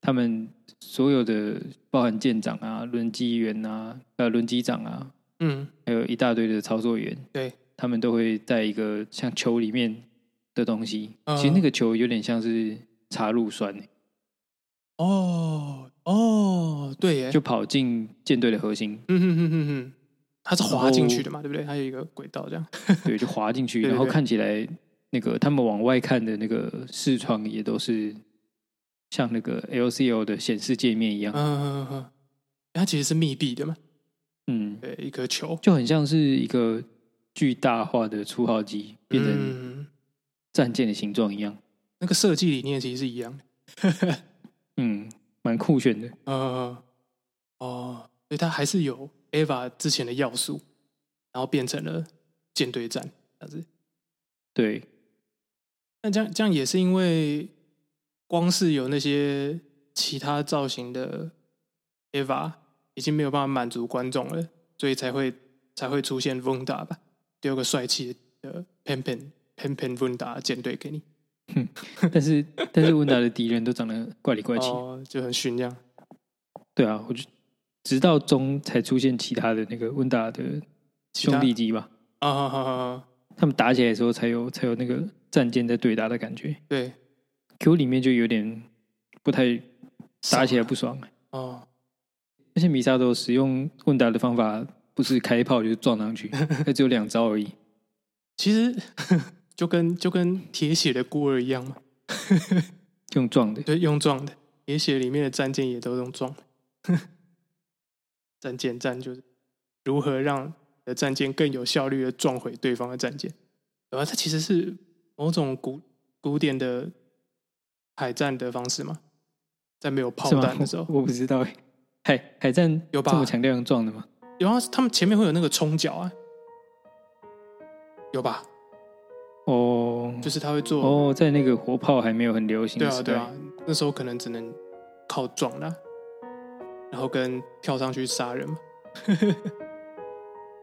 Speaker 1: 他们所有的包含舰长啊、轮机员啊、呃轮机长啊，
Speaker 2: 嗯
Speaker 1: 还有一大堆的操作员，
Speaker 2: 对
Speaker 1: 他们都会在一个像球里面的东西，
Speaker 2: 嗯
Speaker 1: 其实那个球有点像是插入栓，
Speaker 2: 哦哦，对耶，
Speaker 1: 就跑进舰队的核心，
Speaker 2: 嗯哼哼哼哼，它是
Speaker 1: 然
Speaker 2: 滑
Speaker 1: 后
Speaker 2: 进去的嘛，对不对？它有一个轨道这样。
Speaker 1: 对，就滑进去，
Speaker 2: 对对
Speaker 1: 然后
Speaker 2: 对
Speaker 1: 看起来那个他们往外看的那个视窗也都是像那个 LCL 的显示界面一样，
Speaker 2: 嗯嗯嗯，它其实是密闭的嘛，
Speaker 1: 嗯，
Speaker 2: 对，一颗球
Speaker 1: 就很像是一个巨大化的初号机变成
Speaker 2: 嗯、
Speaker 1: 战舰的形状一样，
Speaker 2: 那个设计理念其实是一样的。
Speaker 1: 嗯，蛮酷炫的，
Speaker 2: 呃，哦，所以它还是有 EVA 之前的要素，然后变成了舰队战这样子。
Speaker 1: 对，
Speaker 2: 那这样这样也是因为，光是有那些其他造型的 EVA 已经没有办法满足观众了，所以才会才会出现 Vonda 吧，丢个帅气的 Pen Pen Pen Pen Vonda 舰队给你，
Speaker 1: 但是但是温达的敌人都长得怪里怪气，
Speaker 2: 哦，就很逊这样。
Speaker 1: 对啊，我就直到中才出现其他的那个温达的
Speaker 2: 其他
Speaker 1: 兄弟机吧，
Speaker 2: 啊啊啊啊！啊
Speaker 1: 他们打起来的时候才有才有那个战舰在对打的感觉
Speaker 2: 对，
Speaker 1: ，Q 里面就有点不太打起来不爽，
Speaker 2: 哦，
Speaker 1: 而且米沙多使用问达的方法不是开炮就是撞 上去，那只有两招而已，
Speaker 2: 其实 就跟就跟铁血的孤儿一样嘛，
Speaker 1: 用撞的，
Speaker 2: 对，用撞的。铁血里面的战舰也都用撞的， 战舰战就是如何让你的战舰更有效率的撞毁对方的战舰，对吧？它其实是某种古古典的海战的方式嘛，在没有炮
Speaker 1: 是吗
Speaker 2: 弹的时候，
Speaker 1: 我我不知道欸，海海战
Speaker 2: 有吧
Speaker 1: 这么强调用撞的吗？
Speaker 2: 有啊，他们前面会有那个冲脚啊，有吧？
Speaker 1: 哦
Speaker 2: 就是他会做
Speaker 1: 哦，在那个火炮还没有很流行
Speaker 2: 对
Speaker 1: 的
Speaker 2: 啊，
Speaker 1: 时
Speaker 2: 对
Speaker 1: 代，
Speaker 2: 啊，那时候可能只能靠撞啦，然后跟跳上去杀人嘛。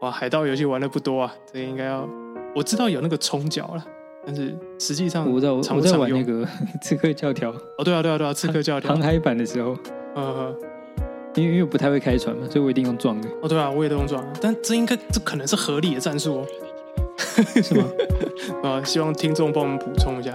Speaker 2: 哇，海盗游戏玩的不多啊，这个应该要我知道有那个冲脚啦，但是实际上
Speaker 1: 我在我
Speaker 2: 常
Speaker 1: 我
Speaker 2: 不
Speaker 1: 在
Speaker 2: 常
Speaker 1: 玩
Speaker 2: 用
Speaker 1: 那个 刺客教条
Speaker 2: 哦，对啊，对啊，对啊，刺客教条
Speaker 1: 航，海版的时候，
Speaker 2: 呃，
Speaker 1: 因为因为不太会开船嘛，所以我一定用撞的，
Speaker 2: 哦，对啊，我也都用撞啊，但这应该这可能是合理的战术哦，
Speaker 1: 是吗？
Speaker 2: 啊，希望听众帮我们补充一下。